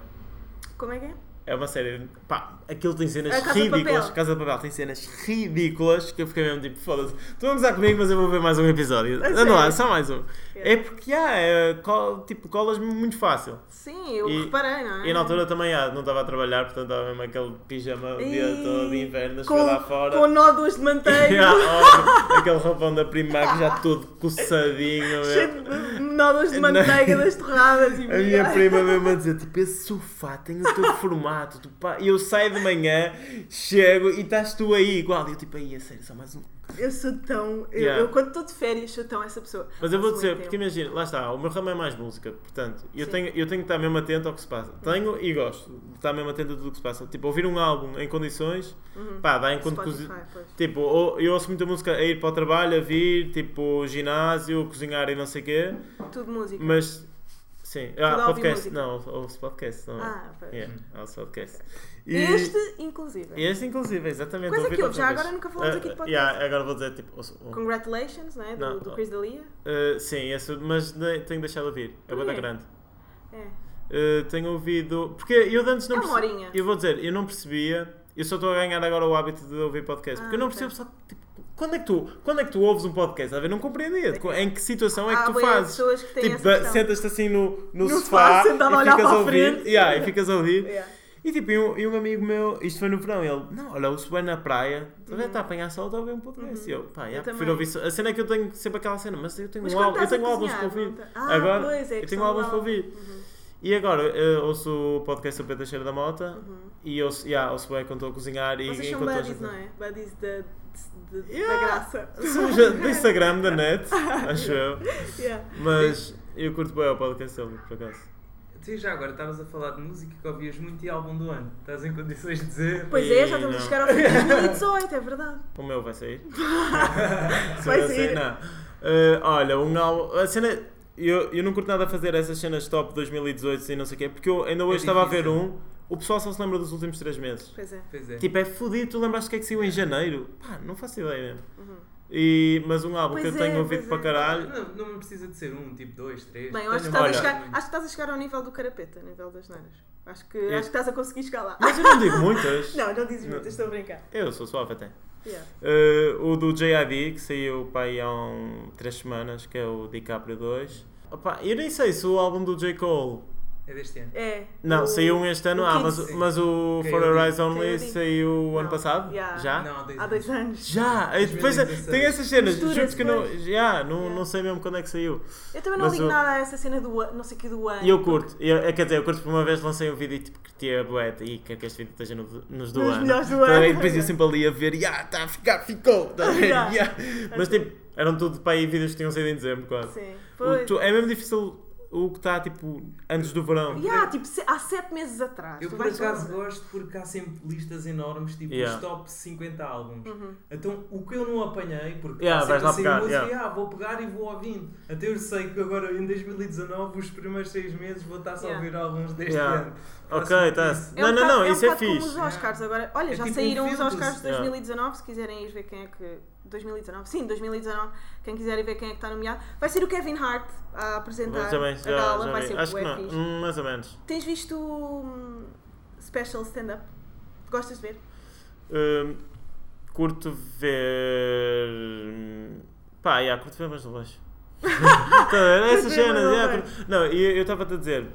[SPEAKER 3] Como é que é?
[SPEAKER 4] É uma série. Pá, aquilo tem cenas
[SPEAKER 3] A É Casa de
[SPEAKER 4] ridículas.
[SPEAKER 3] Papel.
[SPEAKER 4] Casa de Papel tem cenas ridículas que eu fiquei mesmo tipo, foda-se. Estão a gozar comigo, mas eu vou ver mais um episódio.
[SPEAKER 3] A
[SPEAKER 4] Anda lá,
[SPEAKER 3] É sério?
[SPEAKER 4] só mais um.
[SPEAKER 3] Yeah.
[SPEAKER 4] É porque há, é, col- tipo, colas muito fácil.
[SPEAKER 3] Sim, eu
[SPEAKER 4] E-
[SPEAKER 3] reparei, não é?
[SPEAKER 4] E na altura também ah, não estava a trabalhar, portanto estava mesmo aquele pijama o dia
[SPEAKER 3] Ih,
[SPEAKER 4] todo de inverno, a
[SPEAKER 3] com,
[SPEAKER 4] chegar lá fora.
[SPEAKER 3] com nódulos de manteiga,
[SPEAKER 4] Yeah, óbvio, aquele roupão da Primark já todo coçadinho.
[SPEAKER 3] cheio
[SPEAKER 4] mesmo.
[SPEAKER 3] de nódulos de
[SPEAKER 4] Não.
[SPEAKER 3] manteiga das torradas. E
[SPEAKER 4] A minha prima mesmo a dizer, tipo, esse sofá tem o teu formato, tu tipo, pá. E eu saio de manhã, chego e estás tu aí igual. E eu tipo, aí, a sério, só mais um.
[SPEAKER 3] Eu sou tão. eu-
[SPEAKER 4] Yeah.
[SPEAKER 3] Eu, quando estou de férias, sou tão essa pessoa.
[SPEAKER 4] Mas eu vou
[SPEAKER 3] Passo muito
[SPEAKER 4] dizer, porque
[SPEAKER 3] tempo.
[SPEAKER 4] imagina, lá está, o meu ramo é mais música, portanto, eu
[SPEAKER 3] Sim.
[SPEAKER 4] tenho, eu tenho que estar mesmo atento ao que se passa. Tenho e gosto de estar mesmo atento a tudo o que se passa. Tipo, ouvir um álbum em condições, pá, dá enquanto
[SPEAKER 3] Uhum. Spotify,
[SPEAKER 4] cozi-
[SPEAKER 3] pois.
[SPEAKER 4] Tipo, ou- eu ouço muita música a ir para o trabalho, a vir, tipo, ginásio, cozinhar e não sei o quê,
[SPEAKER 3] Tudo música.
[SPEAKER 4] mas. Sim,
[SPEAKER 3] a
[SPEAKER 4] ah,
[SPEAKER 3] ouvir
[SPEAKER 4] podcast,
[SPEAKER 3] música.
[SPEAKER 4] não, ou- ouço podcast, não é?
[SPEAKER 3] Ah, pois.
[SPEAKER 4] Yeah, ouço podcast. E-
[SPEAKER 3] Este, inclusive.
[SPEAKER 4] Este, inclusive, é exatamente.
[SPEAKER 3] Coisa
[SPEAKER 4] ouvi
[SPEAKER 3] que eu
[SPEAKER 4] tantas
[SPEAKER 3] já
[SPEAKER 4] vezes.
[SPEAKER 3] agora nunca falamos
[SPEAKER 4] Ah,
[SPEAKER 3] aqui de podcast.
[SPEAKER 4] yeah, agora vou dizer, tipo, ouço- ouço-
[SPEAKER 3] Congratulations, não é? Do,
[SPEAKER 4] Não.
[SPEAKER 3] do Chris D'Elia.
[SPEAKER 4] Uh, sim, esse, mas ne- tenho deixado de ouvir. É
[SPEAKER 3] Por
[SPEAKER 4] banda
[SPEAKER 3] quê?
[SPEAKER 4] grande.
[SPEAKER 3] É.
[SPEAKER 4] Uh, tenho ouvido. Porque eu de antes não
[SPEAKER 3] É uma
[SPEAKER 4] perce-
[SPEAKER 3] horinha.
[SPEAKER 4] Eu vou dizer, eu não percebia. Eu só estou a ganhar agora o hábito de ouvir podcast.
[SPEAKER 3] Ah,
[SPEAKER 4] Porque eu não
[SPEAKER 3] ok.
[SPEAKER 4] percebo só. Tipo, quando, é que tu, quando é que tu ouves um podcast? A ver, não compreendia. de co- Em que situação é que
[SPEAKER 3] Há
[SPEAKER 4] tu
[SPEAKER 3] Ah, bué de
[SPEAKER 4] fazes?
[SPEAKER 3] pessoas que têm
[SPEAKER 4] Tipo,
[SPEAKER 3] essa
[SPEAKER 4] da-
[SPEAKER 3] questão.
[SPEAKER 4] sentas-te assim no, no,
[SPEAKER 3] No
[SPEAKER 4] sofá
[SPEAKER 3] sofá, sentado a
[SPEAKER 4] e
[SPEAKER 3] olhar
[SPEAKER 4] ficas
[SPEAKER 3] para
[SPEAKER 4] a
[SPEAKER 3] a
[SPEAKER 4] ouvir.
[SPEAKER 3] frente.
[SPEAKER 4] Yeah, e ficas a ouvir.
[SPEAKER 3] Yeah.
[SPEAKER 4] E tipo, e um, e um amigo meu, isto foi no verão, ele, não, olha, o bem na praia, estás a apanhar sol, está a ouvir um podcast. E eu, pá, yeah,
[SPEAKER 3] Uhum. Eu
[SPEAKER 4] prefiro
[SPEAKER 3] também.
[SPEAKER 4] ouvir. só- A cena é que eu tenho sempre aquela cena, mas eu tenho,
[SPEAKER 3] Mas
[SPEAKER 4] um
[SPEAKER 3] quando
[SPEAKER 4] álbum, eu
[SPEAKER 3] estás a
[SPEAKER 4] tenho álbuns para
[SPEAKER 3] cozinhar,
[SPEAKER 4] ouvir.
[SPEAKER 3] não tá- Ah,
[SPEAKER 4] Agora,
[SPEAKER 3] pois, é a
[SPEAKER 4] eu tenho
[SPEAKER 3] questão do
[SPEAKER 4] álbuns para
[SPEAKER 3] álbum.
[SPEAKER 4] ouvir. E agora, eu ouço o podcast do Pedro Teixeira da Mota e ouço, yeah, ouço bem quando estou a cozinhar Uhum, e
[SPEAKER 3] Vocês são
[SPEAKER 4] enquanto
[SPEAKER 3] buddies,
[SPEAKER 4] estou
[SPEAKER 3] não
[SPEAKER 4] a
[SPEAKER 3] é? Buddies da, de- de-
[SPEAKER 4] Yeah.
[SPEAKER 3] da graça.
[SPEAKER 4] Somos do Instagram, da net, acho eu.
[SPEAKER 3] Yeah.
[SPEAKER 4] Mas eu curto bem o podcast dele, por acaso.
[SPEAKER 5] Tu já agora estavas a falar de música que ouvias muito e álbum do ano. Estás em condições de dizer.
[SPEAKER 3] Pois é,
[SPEAKER 4] E
[SPEAKER 3] já estamos
[SPEAKER 4] não.
[SPEAKER 3] a chegar ao fim de 2018, é verdade.
[SPEAKER 4] O meu vai sair. Se
[SPEAKER 3] Vai
[SPEAKER 4] eu não
[SPEAKER 3] sair.
[SPEAKER 4] sei, não. Eh, olha, um álbum. A cena. Eu, eu não curto nada fazer essas cenas top 2018 e não sei o quê, porque eu ainda
[SPEAKER 3] É
[SPEAKER 4] hoje estava a ver
[SPEAKER 5] difícil.
[SPEAKER 4] um. O pessoal só se lembra dos últimos 3 meses.
[SPEAKER 3] Pois é.
[SPEAKER 5] Pois é.
[SPEAKER 4] Tipo, é fodido, tu lembraste o que é que saiu em janeiro? Pá, não faço ideia mesmo. E, mas um álbum que
[SPEAKER 3] Uhum. Pois
[SPEAKER 4] eu
[SPEAKER 3] é,
[SPEAKER 4] tenho ouvido
[SPEAKER 3] pois
[SPEAKER 4] para
[SPEAKER 3] é.
[SPEAKER 4] caralho.
[SPEAKER 5] Não, não precisa de ser um, tipo dois, três.
[SPEAKER 3] Bem, eu acho que,
[SPEAKER 5] Tenho um
[SPEAKER 3] estás
[SPEAKER 4] Olha.
[SPEAKER 3] a
[SPEAKER 5] uma-
[SPEAKER 3] chegar, acho que estás a chegar ao nível do carapeta, a nível das nanas. Acho que, acho que estás a conseguir chegar lá.
[SPEAKER 4] Mas eu não digo muitas.
[SPEAKER 3] Não, não dizes muito, estou a brincar.
[SPEAKER 4] Eu sou suave até.
[SPEAKER 3] Yeah.
[SPEAKER 4] Eh, o do JID, que saiu pá, aí há um, 3 semanas, que é o DiCaprio 2. Opa, eu nem sei se o álbum do J. Cole
[SPEAKER 5] É deste ano.
[SPEAKER 3] É.
[SPEAKER 4] Não,
[SPEAKER 3] o-
[SPEAKER 4] saiu um este ano,
[SPEAKER 3] o
[SPEAKER 4] ah,
[SPEAKER 3] Kids.
[SPEAKER 4] mas, mas o
[SPEAKER 5] Sim.
[SPEAKER 4] For Your Eyes Only
[SPEAKER 3] Kennedy.
[SPEAKER 4] saiu o ano
[SPEAKER 3] Não.
[SPEAKER 4] passado?
[SPEAKER 3] Yeah.
[SPEAKER 4] Já?
[SPEAKER 5] Não, há dois
[SPEAKER 3] Há
[SPEAKER 5] anos.
[SPEAKER 3] dois anos.
[SPEAKER 4] Já! E depois
[SPEAKER 5] 2016.
[SPEAKER 4] tem essas cenas,
[SPEAKER 3] Mistura,
[SPEAKER 4] juro que não,
[SPEAKER 3] depois.
[SPEAKER 4] já, não,
[SPEAKER 3] Yeah.
[SPEAKER 4] não sei mesmo quando é que saiu.
[SPEAKER 3] Eu também não
[SPEAKER 4] Mas
[SPEAKER 3] ligo
[SPEAKER 4] o-
[SPEAKER 3] nada a essa cena do an- não sei que do ano.
[SPEAKER 4] E eu curto,
[SPEAKER 3] tá.
[SPEAKER 4] eu, é, quer dizer, eu curto por uma vez lancei um vídeo e tipo, curtia a boeta e quero que este vídeo esteja no- nos do
[SPEAKER 3] Nos
[SPEAKER 4] ano.
[SPEAKER 3] melhores do
[SPEAKER 4] Então,
[SPEAKER 3] ano.
[SPEAKER 4] E depois eu sempre ali a ver, ya, está a ficar, ficou! tá a ver,
[SPEAKER 3] Yeah.
[SPEAKER 4] ya. Mas tipo, eram tudo para aí vídeos que tinham saído em dezembro quase.
[SPEAKER 3] Sim.
[SPEAKER 4] O-
[SPEAKER 3] Pois.
[SPEAKER 4] tu- é mesmo difícil o que está tipo antes do verão.
[SPEAKER 3] Yeah, tipo, se- há sete meses
[SPEAKER 4] Ah,
[SPEAKER 3] atrás.
[SPEAKER 5] Eu
[SPEAKER 3] tu
[SPEAKER 5] por
[SPEAKER 3] vais
[SPEAKER 5] acaso
[SPEAKER 3] ver.
[SPEAKER 5] gosto porque há sempre listas enormes, tipo
[SPEAKER 4] Yeah. Uhum.
[SPEAKER 5] os top 50 álbuns. Então o que eu não apanhei, porque
[SPEAKER 4] Yeah,
[SPEAKER 5] há
[SPEAKER 4] vais
[SPEAKER 5] sempre
[SPEAKER 4] lá
[SPEAKER 5] a sair
[SPEAKER 4] pegar,
[SPEAKER 5] música,
[SPEAKER 4] yeah.
[SPEAKER 5] ah, vou pegar e vou ouvindo. Até eu sei que agora em 2019, os primeiros seis meses, vou estar só a
[SPEAKER 3] Yeah.
[SPEAKER 5] ouvir álbuns deste
[SPEAKER 4] Yeah.
[SPEAKER 5] ano.
[SPEAKER 4] Ok, tá.
[SPEAKER 5] Isso.
[SPEAKER 3] É
[SPEAKER 4] Não,
[SPEAKER 3] um
[SPEAKER 4] não,
[SPEAKER 3] bocado-
[SPEAKER 4] não,
[SPEAKER 3] é um
[SPEAKER 4] isso é
[SPEAKER 3] bocado Como os
[SPEAKER 4] fixe.
[SPEAKER 3] Oscars agora. Olha,
[SPEAKER 5] É
[SPEAKER 3] já
[SPEAKER 5] tipo um
[SPEAKER 3] saíram os
[SPEAKER 5] filtro-se.
[SPEAKER 3] Oscars de
[SPEAKER 4] Yeah.
[SPEAKER 3] 2019, se quiserem ir ver quem é que 2019. Sim, 2019. Quem quiser ir ver quem é que está nomeado. Vai ser o Kevin Hart a apresentar
[SPEAKER 4] Mas também
[SPEAKER 3] a
[SPEAKER 4] já,
[SPEAKER 3] gala,
[SPEAKER 4] já
[SPEAKER 3] vai
[SPEAKER 4] vi.
[SPEAKER 3] ser
[SPEAKER 4] Acho
[SPEAKER 3] bué
[SPEAKER 4] que não,
[SPEAKER 3] fixe.
[SPEAKER 4] hum, mais ou menos.
[SPEAKER 3] Tens visto hum, special stand-up? Gostas de ver?
[SPEAKER 4] Hum, curto ver. hum, Pá, yeah, curto ver, mas não vejo. Tá a ver?
[SPEAKER 3] Curto ver, mas
[SPEAKER 4] Essas cenas,
[SPEAKER 3] não
[SPEAKER 4] yeah,
[SPEAKER 3] vejo.
[SPEAKER 4] curto- Não, e eu estava a dizer,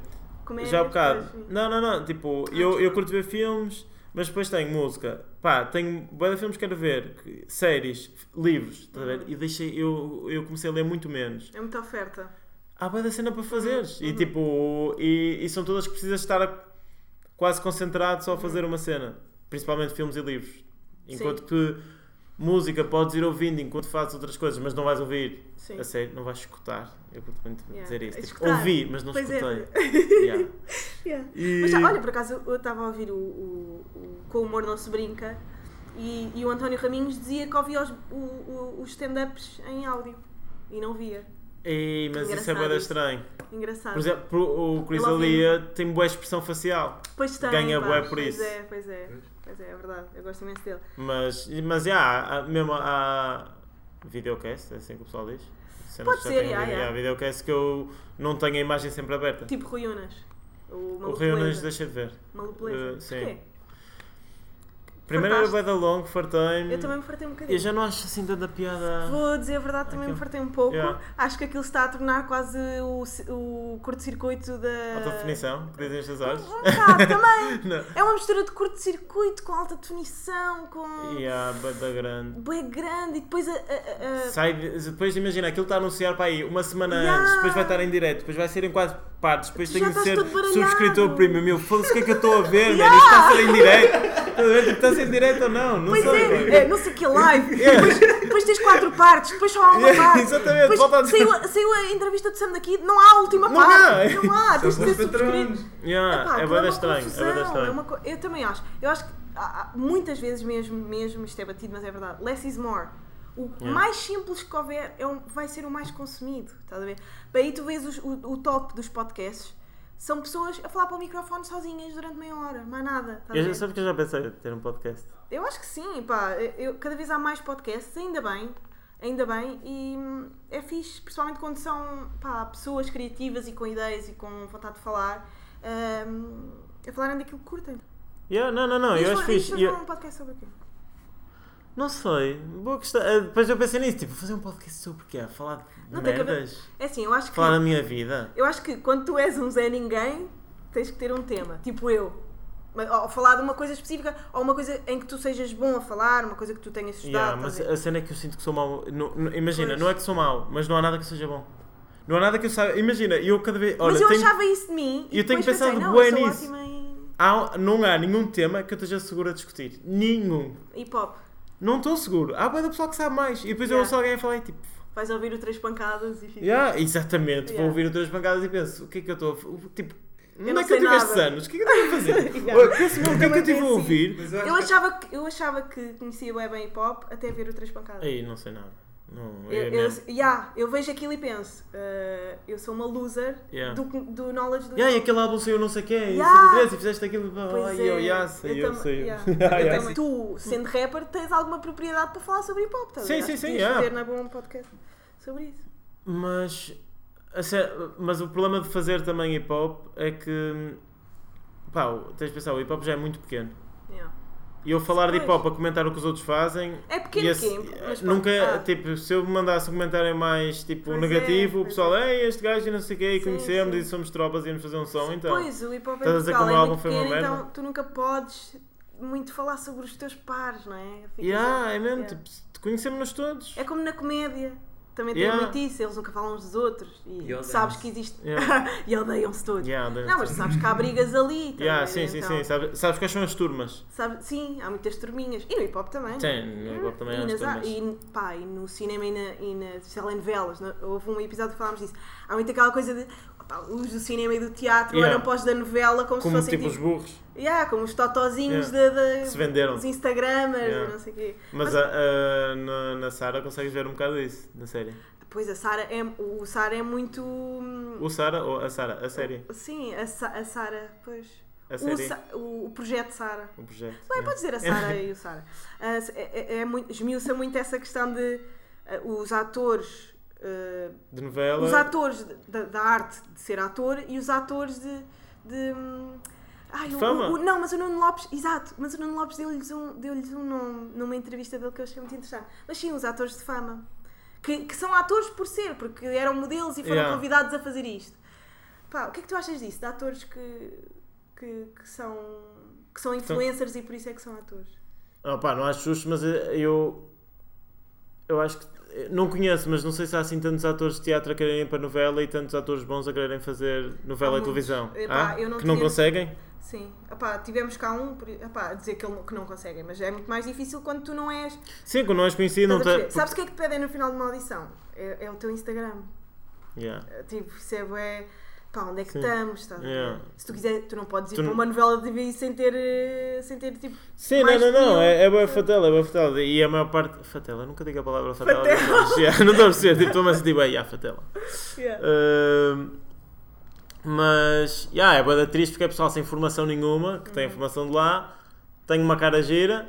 [SPEAKER 3] Comédias,
[SPEAKER 4] já há bocado.
[SPEAKER 3] pois, sim.
[SPEAKER 4] Não, não, não, tipo, eu, eu curto ver filmes, mas depois tenho música. Pá, tenho bué de filmes que quero ver, que- séries, livros, tá a
[SPEAKER 3] Uhum.
[SPEAKER 4] ver? E deixei, eu, eu comecei a ler muito menos.
[SPEAKER 3] É muita oferta.
[SPEAKER 4] há boa da cena para fazeres.
[SPEAKER 3] Uhum.
[SPEAKER 4] E tipo, e, e são todas que precisas estar a- quase concentrado só a
[SPEAKER 3] Uhum.
[SPEAKER 4] fazer uma cena. Principalmente filmes e livros. Enquanto que música podes ir ouvindo enquanto fazes outras coisas, mas não vais ouvir.
[SPEAKER 3] Sim.
[SPEAKER 4] A sério, não vais escutar. Eu curto muito
[SPEAKER 3] Yeah.
[SPEAKER 4] dizer isso. Tipo,
[SPEAKER 3] Escutar.
[SPEAKER 4] ouvi, mas não
[SPEAKER 3] Pois é.
[SPEAKER 4] escutei. Yeah.
[SPEAKER 3] Yeah.
[SPEAKER 4] E-
[SPEAKER 3] Mas já, olha, por acaso eu estava a ouvir o, o- o Com o Humor Não Se Brinca e, e o António Raminhos dizia que ouvia os, o- o- os stand-ups em áudio e não via.
[SPEAKER 4] Ei, mas isso é
[SPEAKER 3] Engraçado Ah.
[SPEAKER 4] boeda
[SPEAKER 3] isso.
[SPEAKER 4] estranho.
[SPEAKER 3] Engraçado.
[SPEAKER 4] Por exemplo, o Chris
[SPEAKER 3] Ele ouve.
[SPEAKER 4] Alia tem boa expressão facial.
[SPEAKER 3] pois tem,
[SPEAKER 4] ganha
[SPEAKER 3] pá,
[SPEAKER 4] bué por
[SPEAKER 3] pois
[SPEAKER 4] isso.
[SPEAKER 3] É, pois é,
[SPEAKER 5] Pois.
[SPEAKER 3] pois é, é verdade. Eu gosto imenso dele.
[SPEAKER 4] Mas, mas já, há- há- mesmo há videocast, é assim que o pessoal diz. Cenas
[SPEAKER 3] Pode
[SPEAKER 4] que já
[SPEAKER 3] ser,
[SPEAKER 4] têm
[SPEAKER 3] já,
[SPEAKER 4] vídeo-
[SPEAKER 3] já.
[SPEAKER 4] há videocast que eu não tenho a imagem sempre aberta.
[SPEAKER 3] Tipo Rui Unas. O
[SPEAKER 4] o
[SPEAKER 3] Maluco
[SPEAKER 4] Rio Nunes
[SPEAKER 3] Beleza.
[SPEAKER 4] deixa de ver.
[SPEAKER 3] Malupleza.
[SPEAKER 4] Eh, sim.
[SPEAKER 3] Porquê?
[SPEAKER 4] Primeiro é era o
[SPEAKER 3] Fartaste?
[SPEAKER 4] Beda Long, fartei-me.
[SPEAKER 3] Eu também me fartei um
[SPEAKER 4] Eu
[SPEAKER 3] bocadinho.
[SPEAKER 4] já não acho assim tanta piada.
[SPEAKER 3] Vou dizer a verdade, também me
[SPEAKER 4] Aquilo-
[SPEAKER 3] fartei um pouco.
[SPEAKER 4] Yeah.
[SPEAKER 3] Acho que aquilo está a tornar quase o, ci- o curto-circuito da.
[SPEAKER 4] Alta definição, que dizem estas horas.
[SPEAKER 3] Um bocado também.
[SPEAKER 4] Não.
[SPEAKER 3] É uma mistura de curto-circuito com alta definição, com.
[SPEAKER 4] E há Beda Grande.
[SPEAKER 3] Bem grande e depois a. a- a-
[SPEAKER 4] Sai, depois imagina, aquilo está a anunciar para aí uma semana
[SPEAKER 3] Yeah.
[SPEAKER 4] antes, depois vai estar em direto, depois vai ser em quatro partes, depois
[SPEAKER 3] Tu
[SPEAKER 4] tenho
[SPEAKER 3] já
[SPEAKER 4] de
[SPEAKER 3] estás
[SPEAKER 4] ser
[SPEAKER 3] todo baralhado.
[SPEAKER 4] subscritor premium. Eu foda-se o que é que eu estou a ver, mano? Isto está a ser em direto. Estás a ver? Tipo, Está a ser em direto ou não? Não
[SPEAKER 3] Pois
[SPEAKER 4] sei. mano.
[SPEAKER 3] é, é, não sei o que live. Depois, depois tens quatro partes, depois só há uma
[SPEAKER 4] Yeah,
[SPEAKER 3] parte.
[SPEAKER 4] É, exatamente,
[SPEAKER 3] Depois
[SPEAKER 4] volta a dizer.
[SPEAKER 3] saiu, a- saiu a entrevista de Sam daqui, não há a última
[SPEAKER 4] Não
[SPEAKER 3] parte.
[SPEAKER 4] há.
[SPEAKER 3] Não há, tens
[SPEAKER 5] São
[SPEAKER 3] de
[SPEAKER 5] bons
[SPEAKER 3] ser subscrito.
[SPEAKER 5] patrões.
[SPEAKER 4] Yeah,
[SPEAKER 3] Epá,
[SPEAKER 4] é
[SPEAKER 3] aquilo
[SPEAKER 4] bué da
[SPEAKER 3] uma
[SPEAKER 4] estranho, é bué da
[SPEAKER 3] confusão, é uma
[SPEAKER 4] estranho.
[SPEAKER 3] co- Eu também acho. Eu acho que há- há- muitas vezes mesmo, mesmo, isto é batido, mas é verdade, less is more. O mais simples que houver é o- vai ser o mais consumido, estás a ver? Para aí tu vês os- o, o top dos podcasts, são pessoas a falar para o microfone sozinhas durante meia hora, mais nada, estás a
[SPEAKER 4] Eu já,
[SPEAKER 3] ver?
[SPEAKER 4] sabe que eu já pensei em ter um podcast?
[SPEAKER 3] Eu acho que sim, pá. Eu, cada vez há mais podcasts, ainda bem. Ainda bem, e hum, é fixe, principalmente quando são pá, pessoas criativas e com ideias e com vontade de falar, hum, a falarem daquilo que curtem.
[SPEAKER 4] Yeah, não, não, não, eu acho fixe.
[SPEAKER 3] Isto
[SPEAKER 4] e eu-
[SPEAKER 3] um podcast sobre o quê?
[SPEAKER 4] não sei, boa questão. Ah, Depois eu pensei nisso, tipo, fazer um podcast sobre o quê? Falar de
[SPEAKER 3] Não tem que haver-
[SPEAKER 4] merdas?
[SPEAKER 3] É assim, eu acho que
[SPEAKER 4] Falar da minha vida?
[SPEAKER 3] eu acho que quando tu és um Zé Ninguém, tens que ter um tema, tipo eu. Mas, Ou falar de uma coisa específica, ou uma coisa em que tu sejas bom a falar, uma coisa que tu tenhas estudado.
[SPEAKER 4] Yeah,
[SPEAKER 3] estás
[SPEAKER 4] mas
[SPEAKER 3] a ver?
[SPEAKER 4] a cena é que eu sinto que sou mau. Não- não- imagina,
[SPEAKER 3] tá Pois.
[SPEAKER 4] não é que sou mau, mas não há nada que eu seja bom. Não há nada que eu saiba. Imagina, eu cada vez. Olha,
[SPEAKER 3] Mas eu
[SPEAKER 4] tenho-
[SPEAKER 3] achava isso de mim. e
[SPEAKER 4] eu tenho
[SPEAKER 3] depois pensei,
[SPEAKER 4] pensado
[SPEAKER 3] não,
[SPEAKER 4] bué
[SPEAKER 3] eu sou
[SPEAKER 4] nisso.
[SPEAKER 3] ótima em
[SPEAKER 4] há- um, não há nenhum tema que eu esteja seguro a discutir. Nenhum.
[SPEAKER 3] hip hop.
[SPEAKER 4] Não estou seguro. Há boa da pessoa que sabe mais. E depois eu
[SPEAKER 3] Yeah.
[SPEAKER 4] ouço alguém a falar e tipo,
[SPEAKER 3] Vais ouvir o Três Pancadas e fica.
[SPEAKER 4] Yeah, exatamente, vou
[SPEAKER 3] Yeah.
[SPEAKER 4] ouvir outras bancadas e penso, o que é que eu estou a fa- Tipo,
[SPEAKER 3] não
[SPEAKER 4] onde é que
[SPEAKER 3] sei
[SPEAKER 4] eu tive estes
[SPEAKER 3] nada.
[SPEAKER 4] anos? O que é que eu estive a fazer?
[SPEAKER 3] Yeah.
[SPEAKER 4] Ou, penso, meu, o que é que eu estive a
[SPEAKER 3] Também
[SPEAKER 4] ouvir?
[SPEAKER 5] Mas eu acho
[SPEAKER 3] Eu
[SPEAKER 5] que-
[SPEAKER 3] achava, que, eu achava que conhecia bué bem hip hop até ver o Três Pancadas.
[SPEAKER 4] Aí, não sei nada.
[SPEAKER 3] Eu,
[SPEAKER 4] Não, é
[SPEAKER 3] eu,
[SPEAKER 4] mesmo.
[SPEAKER 3] yeah, eu vejo aquilo e penso, eh, eu sou uma loser
[SPEAKER 4] Yeah.
[SPEAKER 3] do, do knowledge do
[SPEAKER 4] Yeah, e aquele álbum saiu não sei quem, e
[SPEAKER 3] Yeah.
[SPEAKER 4] saiu três, e fizeste aquilo, blá, blá,
[SPEAKER 3] Pois
[SPEAKER 4] e eu,
[SPEAKER 3] é,
[SPEAKER 4] yeah, sei, eu
[SPEAKER 3] tam-
[SPEAKER 4] sei.
[SPEAKER 3] yeah, eu também. Tu, sendo rapper, tens alguma propriedade para falar sobre hip hop, estás a
[SPEAKER 4] Sim,
[SPEAKER 3] ver? Acho
[SPEAKER 4] sim,
[SPEAKER 3] que
[SPEAKER 4] sim,
[SPEAKER 3] devias
[SPEAKER 4] yeah.
[SPEAKER 3] fazer na boa um podcast sobre isso.
[SPEAKER 4] Mas, a sé- mas o problema de fazer também hip hop é que, pá, tens de pensar, o hip hop já é muito pequeno.
[SPEAKER 3] Yeah.
[SPEAKER 4] E eu falar de
[SPEAKER 3] Pois.
[SPEAKER 4] hip hop a comentar o que os outros fazem.
[SPEAKER 3] É pequeno
[SPEAKER 4] e esse-
[SPEAKER 3] quê? Mas pronto,
[SPEAKER 4] Nunca,
[SPEAKER 3] ah.
[SPEAKER 4] tipo, se eu mandasse um comentário mais tipo
[SPEAKER 3] Pois é,
[SPEAKER 4] negativo, o
[SPEAKER 3] pois é.
[SPEAKER 4] pessoal, ei, este gajo e não sei o quê, e
[SPEAKER 3] Sim,
[SPEAKER 4] conhecemos
[SPEAKER 3] sim.
[SPEAKER 4] e somos tropas e íamos fazer um som, então.
[SPEAKER 3] Pois, o hip hop em
[SPEAKER 4] Estás a dizer que
[SPEAKER 3] Portugal
[SPEAKER 4] o meu
[SPEAKER 3] é
[SPEAKER 4] álbum
[SPEAKER 3] muito
[SPEAKER 4] foi uma
[SPEAKER 3] pequeno,
[SPEAKER 4] merda?
[SPEAKER 3] então tu nunca podes muito falar sobre os teus pares, não é? Ficas
[SPEAKER 4] Yeah,
[SPEAKER 3] a-
[SPEAKER 4] é mesmo,
[SPEAKER 3] yeah.
[SPEAKER 4] tipo, conhecemos-nos todos.
[SPEAKER 3] É como na comédia. Também
[SPEAKER 4] Yeah.
[SPEAKER 3] tem muito isso, eles nunca falam uns dos outros. E,
[SPEAKER 5] E
[SPEAKER 3] sabes
[SPEAKER 5] odeiam-se.
[SPEAKER 3] que existe.
[SPEAKER 4] Yeah.
[SPEAKER 3] e odeiam-se todos.
[SPEAKER 4] Yeah, deve
[SPEAKER 3] Não, mas
[SPEAKER 4] ser.
[SPEAKER 3] sabes que há brigas ali. Também,
[SPEAKER 4] Yeah, sim, sim,
[SPEAKER 3] então,
[SPEAKER 4] sim. Sabes, sabes quais são as turmas?
[SPEAKER 3] sabe- sim, há muitas turminhas. E no hip hop também. não é?
[SPEAKER 4] Sim, no hip hop também há
[SPEAKER 3] E,
[SPEAKER 4] as
[SPEAKER 3] nas,
[SPEAKER 4] turmas.
[SPEAKER 3] e, pá, e no cinema e, na, e nas telenovelas, não- houve um episódio que falámos disso. Há muito aquela coisa de opá, os do cinema e do teatro
[SPEAKER 4] Yeah.
[SPEAKER 3] olham para os da novela como,
[SPEAKER 4] Como
[SPEAKER 3] se fossem
[SPEAKER 4] tipo os burros.
[SPEAKER 3] Yeah, como os totozinhos
[SPEAKER 4] Yeah.
[SPEAKER 3] de, de-
[SPEAKER 4] Se venderam.
[SPEAKER 3] dos Instagramers,
[SPEAKER 4] Yeah.
[SPEAKER 3] não sei o quê.
[SPEAKER 4] Mas a- a- na, na Sara consegues ver um bocado disso, na série.
[SPEAKER 3] Pois a Sara é, o Sara é muito. hum,
[SPEAKER 4] O Sara, ou a Sara, a série.
[SPEAKER 3] Sim, a, Sa- a Sara, pois.
[SPEAKER 4] A
[SPEAKER 3] O,
[SPEAKER 4] série,
[SPEAKER 3] Sa- o, o projeto Sara.
[SPEAKER 4] o projeto. né?
[SPEAKER 3] Não,
[SPEAKER 4] yeah.
[SPEAKER 3] pode dizer a Sara e o Sara. Ah, se- é, é- é muito, esmiuça muito essa questão de ah, os atores. ah,
[SPEAKER 4] De novela.
[SPEAKER 3] os atores de- da, da arte de ser ator e os atores de. de, hum, ai, o-
[SPEAKER 4] Fama.
[SPEAKER 3] o- não, mas o Nuno Lopes, exato, mas o Nuno Lopes deu-lhes um, deu um nome numa entrevista dele que eu achei muito interessante. Mas sim, os atores de fama. Que, que são atores por ser, porque eram modelos e foram
[SPEAKER 4] Yeah.
[SPEAKER 3] convidados a fazer isto. Pá, o que é que tu achas disso? De atores que, que, que são, que são
[SPEAKER 4] Então
[SPEAKER 3] influencers e por isso é que são atores?
[SPEAKER 4] Ah, pá, não acho justo, mas eh, eu. Eu acho que. eh, Não conheço, mas não sei se há assim tantos atores de teatro a quererem ir para novela e tantos atores bons a quererem fazer novela
[SPEAKER 3] Há
[SPEAKER 4] e
[SPEAKER 3] muitos.
[SPEAKER 4] televisão.
[SPEAKER 3] Epá,
[SPEAKER 4] Há?
[SPEAKER 3] eu não
[SPEAKER 4] que não
[SPEAKER 3] conheço.
[SPEAKER 4] conseguem?
[SPEAKER 3] Sim. Epá, tivemos cá um por- epá, a dizer que, ele, que não conseguem, mas é muito mais difícil quando tu não és
[SPEAKER 4] Sim, quando não és conhecido, não
[SPEAKER 3] Estás a
[SPEAKER 4] tá- tem.
[SPEAKER 3] perceber? Sabes o que é que te pedem no final de uma audição? É, é o teu Instagram.
[SPEAKER 4] Yeah.
[SPEAKER 3] É, Tipo, percebo é. Pá, onde é que
[SPEAKER 4] Sim.
[SPEAKER 3] estamos? Estás a ver?
[SPEAKER 4] Yeah.
[SPEAKER 3] Se tu quiser, tu não podes ir
[SPEAKER 4] Tu
[SPEAKER 3] para
[SPEAKER 4] não-
[SPEAKER 3] uma novela de TV sem ter. eh, sem ter tipo.
[SPEAKER 4] Sim,
[SPEAKER 3] mais
[SPEAKER 4] não, não,
[SPEAKER 3] nenhum.
[SPEAKER 4] não, é, é boa fatela, é boa fatela. E a maior parte. Fatela, eu nunca digo a palavra fatela. mas, yeah, não estou a perceber, tipo, estou-me a sentir bem, yeah, fatela.
[SPEAKER 3] Yeah.
[SPEAKER 4] Ahm, mas, yeah, é boa da triste porque é pessoal sem formação nenhuma, que
[SPEAKER 3] Uhum.
[SPEAKER 4] tem a formação de lá, tem uma cara gira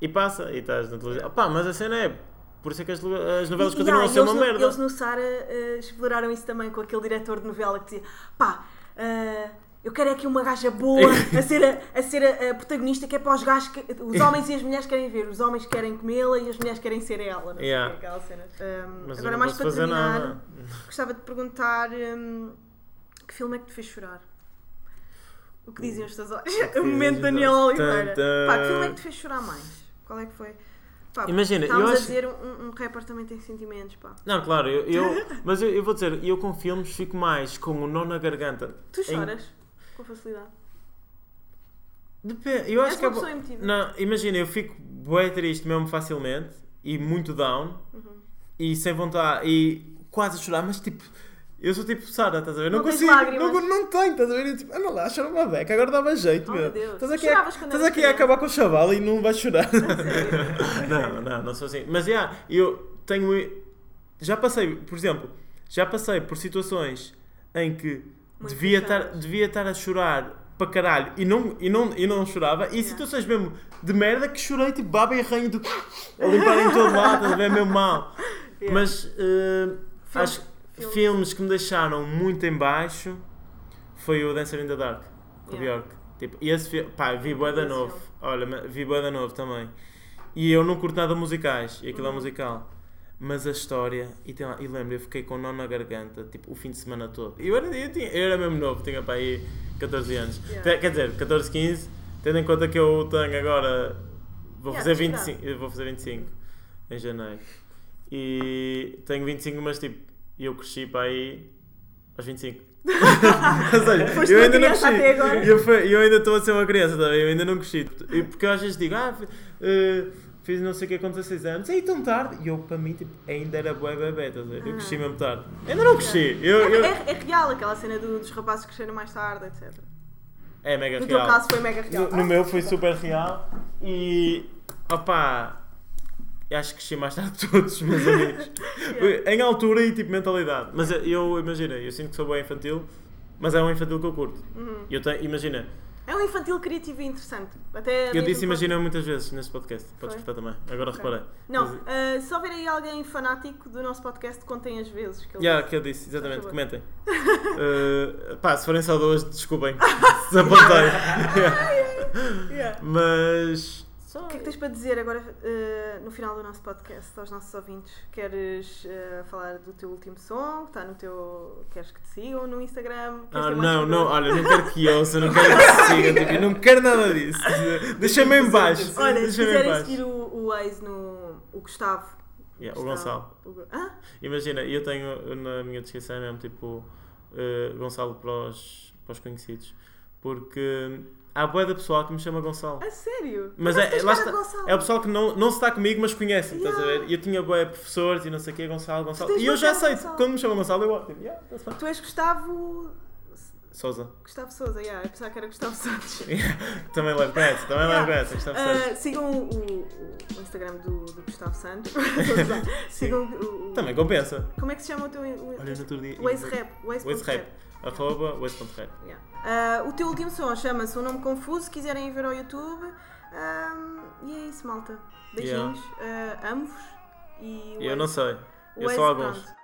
[SPEAKER 4] e passa. E estás na televisão. Opá, mas a cena é. Por isso é que as, le- as novelas
[SPEAKER 3] E-
[SPEAKER 4] continuam
[SPEAKER 3] yeah,
[SPEAKER 4] a ser
[SPEAKER 3] eles
[SPEAKER 4] uma
[SPEAKER 3] no-
[SPEAKER 4] merda.
[SPEAKER 3] Eles no Sara eh, exploraram isso também com aquele diretor de novela que dizia: pá, eh, eu quero é aqui uma gaja boa a ser a, a ser a, a protagonista que é para os gajos que os homens e as mulheres querem ver. Os homens querem comê-la e as mulheres querem ser ela. Não sei o
[SPEAKER 4] Yeah.
[SPEAKER 3] quê, aquela cena. Ahm,
[SPEAKER 4] Mas eu
[SPEAKER 3] agora,
[SPEAKER 4] não
[SPEAKER 3] mais
[SPEAKER 4] posso
[SPEAKER 3] para
[SPEAKER 4] fazer
[SPEAKER 3] terminar.
[SPEAKER 4] nada.
[SPEAKER 3] Gostava de perguntar hum, que filme é que te fez chorar? O que dizem os teus olhos?
[SPEAKER 4] que
[SPEAKER 3] o momento de
[SPEAKER 4] dizem
[SPEAKER 3] Daniel
[SPEAKER 4] os-
[SPEAKER 3] Oliveira.
[SPEAKER 4] Tan, tan.
[SPEAKER 3] Pá, que filme é que te fez chorar mais? Qual é que foi? Pá,
[SPEAKER 4] Imagina, eu
[SPEAKER 3] estávamos
[SPEAKER 4] acho-
[SPEAKER 3] a dizer um, um rapper também tem sentimentos, pá.
[SPEAKER 4] Não, claro, eu, eu- mas eu, eu vou dizer, eu com filmes fico mais com o nó na garganta.
[SPEAKER 3] Tu
[SPEAKER 4] Em-
[SPEAKER 3] choras com facilidade.
[SPEAKER 4] Depende, eu acho
[SPEAKER 3] És
[SPEAKER 4] que
[SPEAKER 3] uma
[SPEAKER 4] é
[SPEAKER 3] pessoa
[SPEAKER 4] bo-
[SPEAKER 3] emotiva.
[SPEAKER 4] Não, imagina, eu fico bué triste mesmo facilmente e muito down
[SPEAKER 3] Uhum.
[SPEAKER 4] e sem vontade e quase a chorar, mas tipo, eu sou tipo Sara, estás a ver? Não,
[SPEAKER 3] Não tens
[SPEAKER 4] consigo,
[SPEAKER 3] lágrimas.
[SPEAKER 4] não, não tenho, estás a ver? Eu, tipo, anda lá, chora uma beca, agora dava jeito,
[SPEAKER 3] Oh,
[SPEAKER 4] meu.
[SPEAKER 3] meu Deus.
[SPEAKER 4] Estás
[SPEAKER 3] Tu
[SPEAKER 4] aqui, a,
[SPEAKER 3] choravas quando
[SPEAKER 4] estás
[SPEAKER 3] eras É
[SPEAKER 4] aqui a
[SPEAKER 3] criança?
[SPEAKER 4] acabar com o chaval e não vais chorar. não, não, não sou assim. Mas yeah, eu tenho. Já passei, por exemplo, já passei por situações em que
[SPEAKER 3] Muito
[SPEAKER 4] devia estar,
[SPEAKER 3] chateadas.
[SPEAKER 4] devia estar a chorar para caralho e não, e não, e não chorava, e situações mesmo de merda que chorei tipo baba e arranho do a limpar em todo lado, estás a ver? é mesmo mal.
[SPEAKER 3] Yeah.
[SPEAKER 4] Mas eh, acho que
[SPEAKER 3] filmes.
[SPEAKER 4] filmes que me deixaram muito em baixo foi o Dancer in the Dark, com o
[SPEAKER 3] Yeah.
[SPEAKER 4] Bjork. Tipo, e esse filme, pá, vi bué da
[SPEAKER 3] Esse
[SPEAKER 4] novo.
[SPEAKER 3] filme.
[SPEAKER 4] Olha, ma- vi bué da novo também. E eu não curto nada musicais, e aquilo
[SPEAKER 3] Uhum.
[SPEAKER 4] é musical. Mas a história, e, tem lá- e lembro, eu fiquei com o nó na garganta, tipo, o fim de semana todo. Eu era, eu tinha- eu era mesmo novo, tinha para aí 14 anos.
[SPEAKER 3] Yeah.
[SPEAKER 4] Te- Quer dizer, 14, 15, tendo em conta que eu tenho agora. Vou,
[SPEAKER 3] Yeah,
[SPEAKER 4] fazer
[SPEAKER 3] tens idade.
[SPEAKER 4] 25, eu vou fazer 25 em janeiro. E tenho 25, mas tipo, eu cresci para aí aos 25. Ou
[SPEAKER 3] Foste
[SPEAKER 4] seja, eu
[SPEAKER 3] uma
[SPEAKER 4] ainda não
[SPEAKER 3] criança até agora.
[SPEAKER 4] cresci. Eu, fui- eu ainda estou a ser uma criança também, eu ainda não cresci. E porque eu às vezes digo, ah, fi- eh, fiz não sei o que com 16 anos, aí tão tarde. E eu, para mim, tipo, ainda era bué bebê, estás a ver? Eu cresci
[SPEAKER 3] Ah.
[SPEAKER 4] mesmo tarde. Ainda não cresci. Eu,
[SPEAKER 3] É,
[SPEAKER 4] eu-
[SPEAKER 3] é- é real aquela cena do- dos rapazes que cresceram mais tarde, etc.
[SPEAKER 4] É mega
[SPEAKER 3] No teu
[SPEAKER 4] real.
[SPEAKER 3] caso foi mega real.
[SPEAKER 4] No, no meu foi super real e opá, eu acho que cresci mais tarde que todos os meus amigos. Em altura e tipo mentalidade. Mas eu, eu imagina, eu sinto que sou bem infantil, mas é um infantil que eu curto.
[SPEAKER 3] Uhum.
[SPEAKER 4] Eu tenho, imagina,
[SPEAKER 3] É um infantil criativo e interessante. Até
[SPEAKER 4] eu
[SPEAKER 3] mesmo
[SPEAKER 4] disse
[SPEAKER 3] quando-
[SPEAKER 4] imagina muitas vezes neste podcast. Podes
[SPEAKER 3] Foi?
[SPEAKER 4] cortar também. Agora reparei.
[SPEAKER 3] Não,
[SPEAKER 4] Mas-
[SPEAKER 3] ah, se houver aí alguém fanático do nosso podcast, contem as vezes que ele
[SPEAKER 4] Yeah, que eu disse, exatamente,
[SPEAKER 3] favor.
[SPEAKER 4] comentem. Uh, pá, se forem só duas, desculpem. Desapontei.
[SPEAKER 3] Yeah.
[SPEAKER 4] Mas Só-
[SPEAKER 3] O que é que tens para dizer agora eh, no final do nosso podcast aos nossos ouvintes? Queres eh, falar do teu último som? que Está no teu. Queres que te sigam no Instagram? Queres
[SPEAKER 4] Ah,
[SPEAKER 3] ter mais um
[SPEAKER 4] não, não,
[SPEAKER 3] seguidores?
[SPEAKER 4] olha, não quero que ouça, não quero que siga, tipo, eu não quero nada disso. Deixa-me em baixo.
[SPEAKER 3] Olha, se
[SPEAKER 4] deixa-me em
[SPEAKER 3] quiserem
[SPEAKER 4] baixo.
[SPEAKER 3] seguir o, o ex no. O Gustavo.
[SPEAKER 4] Yeah, É, o Gonçalo.
[SPEAKER 3] Gustavo- o Gu- Hã?
[SPEAKER 4] Imagina, eu tenho na minha descrição é mesmo tipo eh, Gonçalo para os, para os conhecidos. Porque há boa da pessoal que me chama Gonçalo.
[SPEAKER 3] A sério?
[SPEAKER 4] Mas
[SPEAKER 3] Não
[SPEAKER 4] é-
[SPEAKER 3] tens
[SPEAKER 4] lá
[SPEAKER 3] cara de
[SPEAKER 4] está-
[SPEAKER 3] Gonçalo.
[SPEAKER 4] É o pessoal que não, não se está comigo, mas conhece, estás a
[SPEAKER 3] Yeah.
[SPEAKER 4] ver? Eu tinha boé professores e não sei o quê, Gonçalo, Gonçalo.
[SPEAKER 3] tens
[SPEAKER 4] E eu
[SPEAKER 3] uma
[SPEAKER 4] já
[SPEAKER 3] cara de
[SPEAKER 4] aceito.
[SPEAKER 3] Gonçalo.
[SPEAKER 4] Quando me chama Gonçalo, eu ótimo. Yeah, that's fine.
[SPEAKER 3] Tu és Gustavo.
[SPEAKER 4] Sousa.
[SPEAKER 3] Gustavo Souza, yeah, eu pensava que era Gustavo
[SPEAKER 4] É,
[SPEAKER 3] Santos.
[SPEAKER 4] Também levo com essa, também levo
[SPEAKER 3] Yeah.
[SPEAKER 4] com essa. é Gustavo Santos.
[SPEAKER 3] Ah, sigam o, o- o Instagram do, do Gustavo Santos. sigam o, o-
[SPEAKER 4] Também compensa.
[SPEAKER 3] Como é que se chama o teu. O,
[SPEAKER 4] Olha, no outro dia.
[SPEAKER 3] o ex-rap. O
[SPEAKER 4] Waze
[SPEAKER 3] ex-rap.
[SPEAKER 4] Rap. Arroba Waze.rap.
[SPEAKER 3] Yeah. Ah, o teu último som chama-se Um Nome Confuso. Se quiserem ver ao YouTube. Ah, e é isso, malta. Beijinhos. ah, Amo-vos. E o
[SPEAKER 4] Eu
[SPEAKER 3] Waze-
[SPEAKER 4] não sei.
[SPEAKER 3] o
[SPEAKER 4] Eu
[SPEAKER 3] Waze,
[SPEAKER 4] só alguns.
[SPEAKER 3] pronto.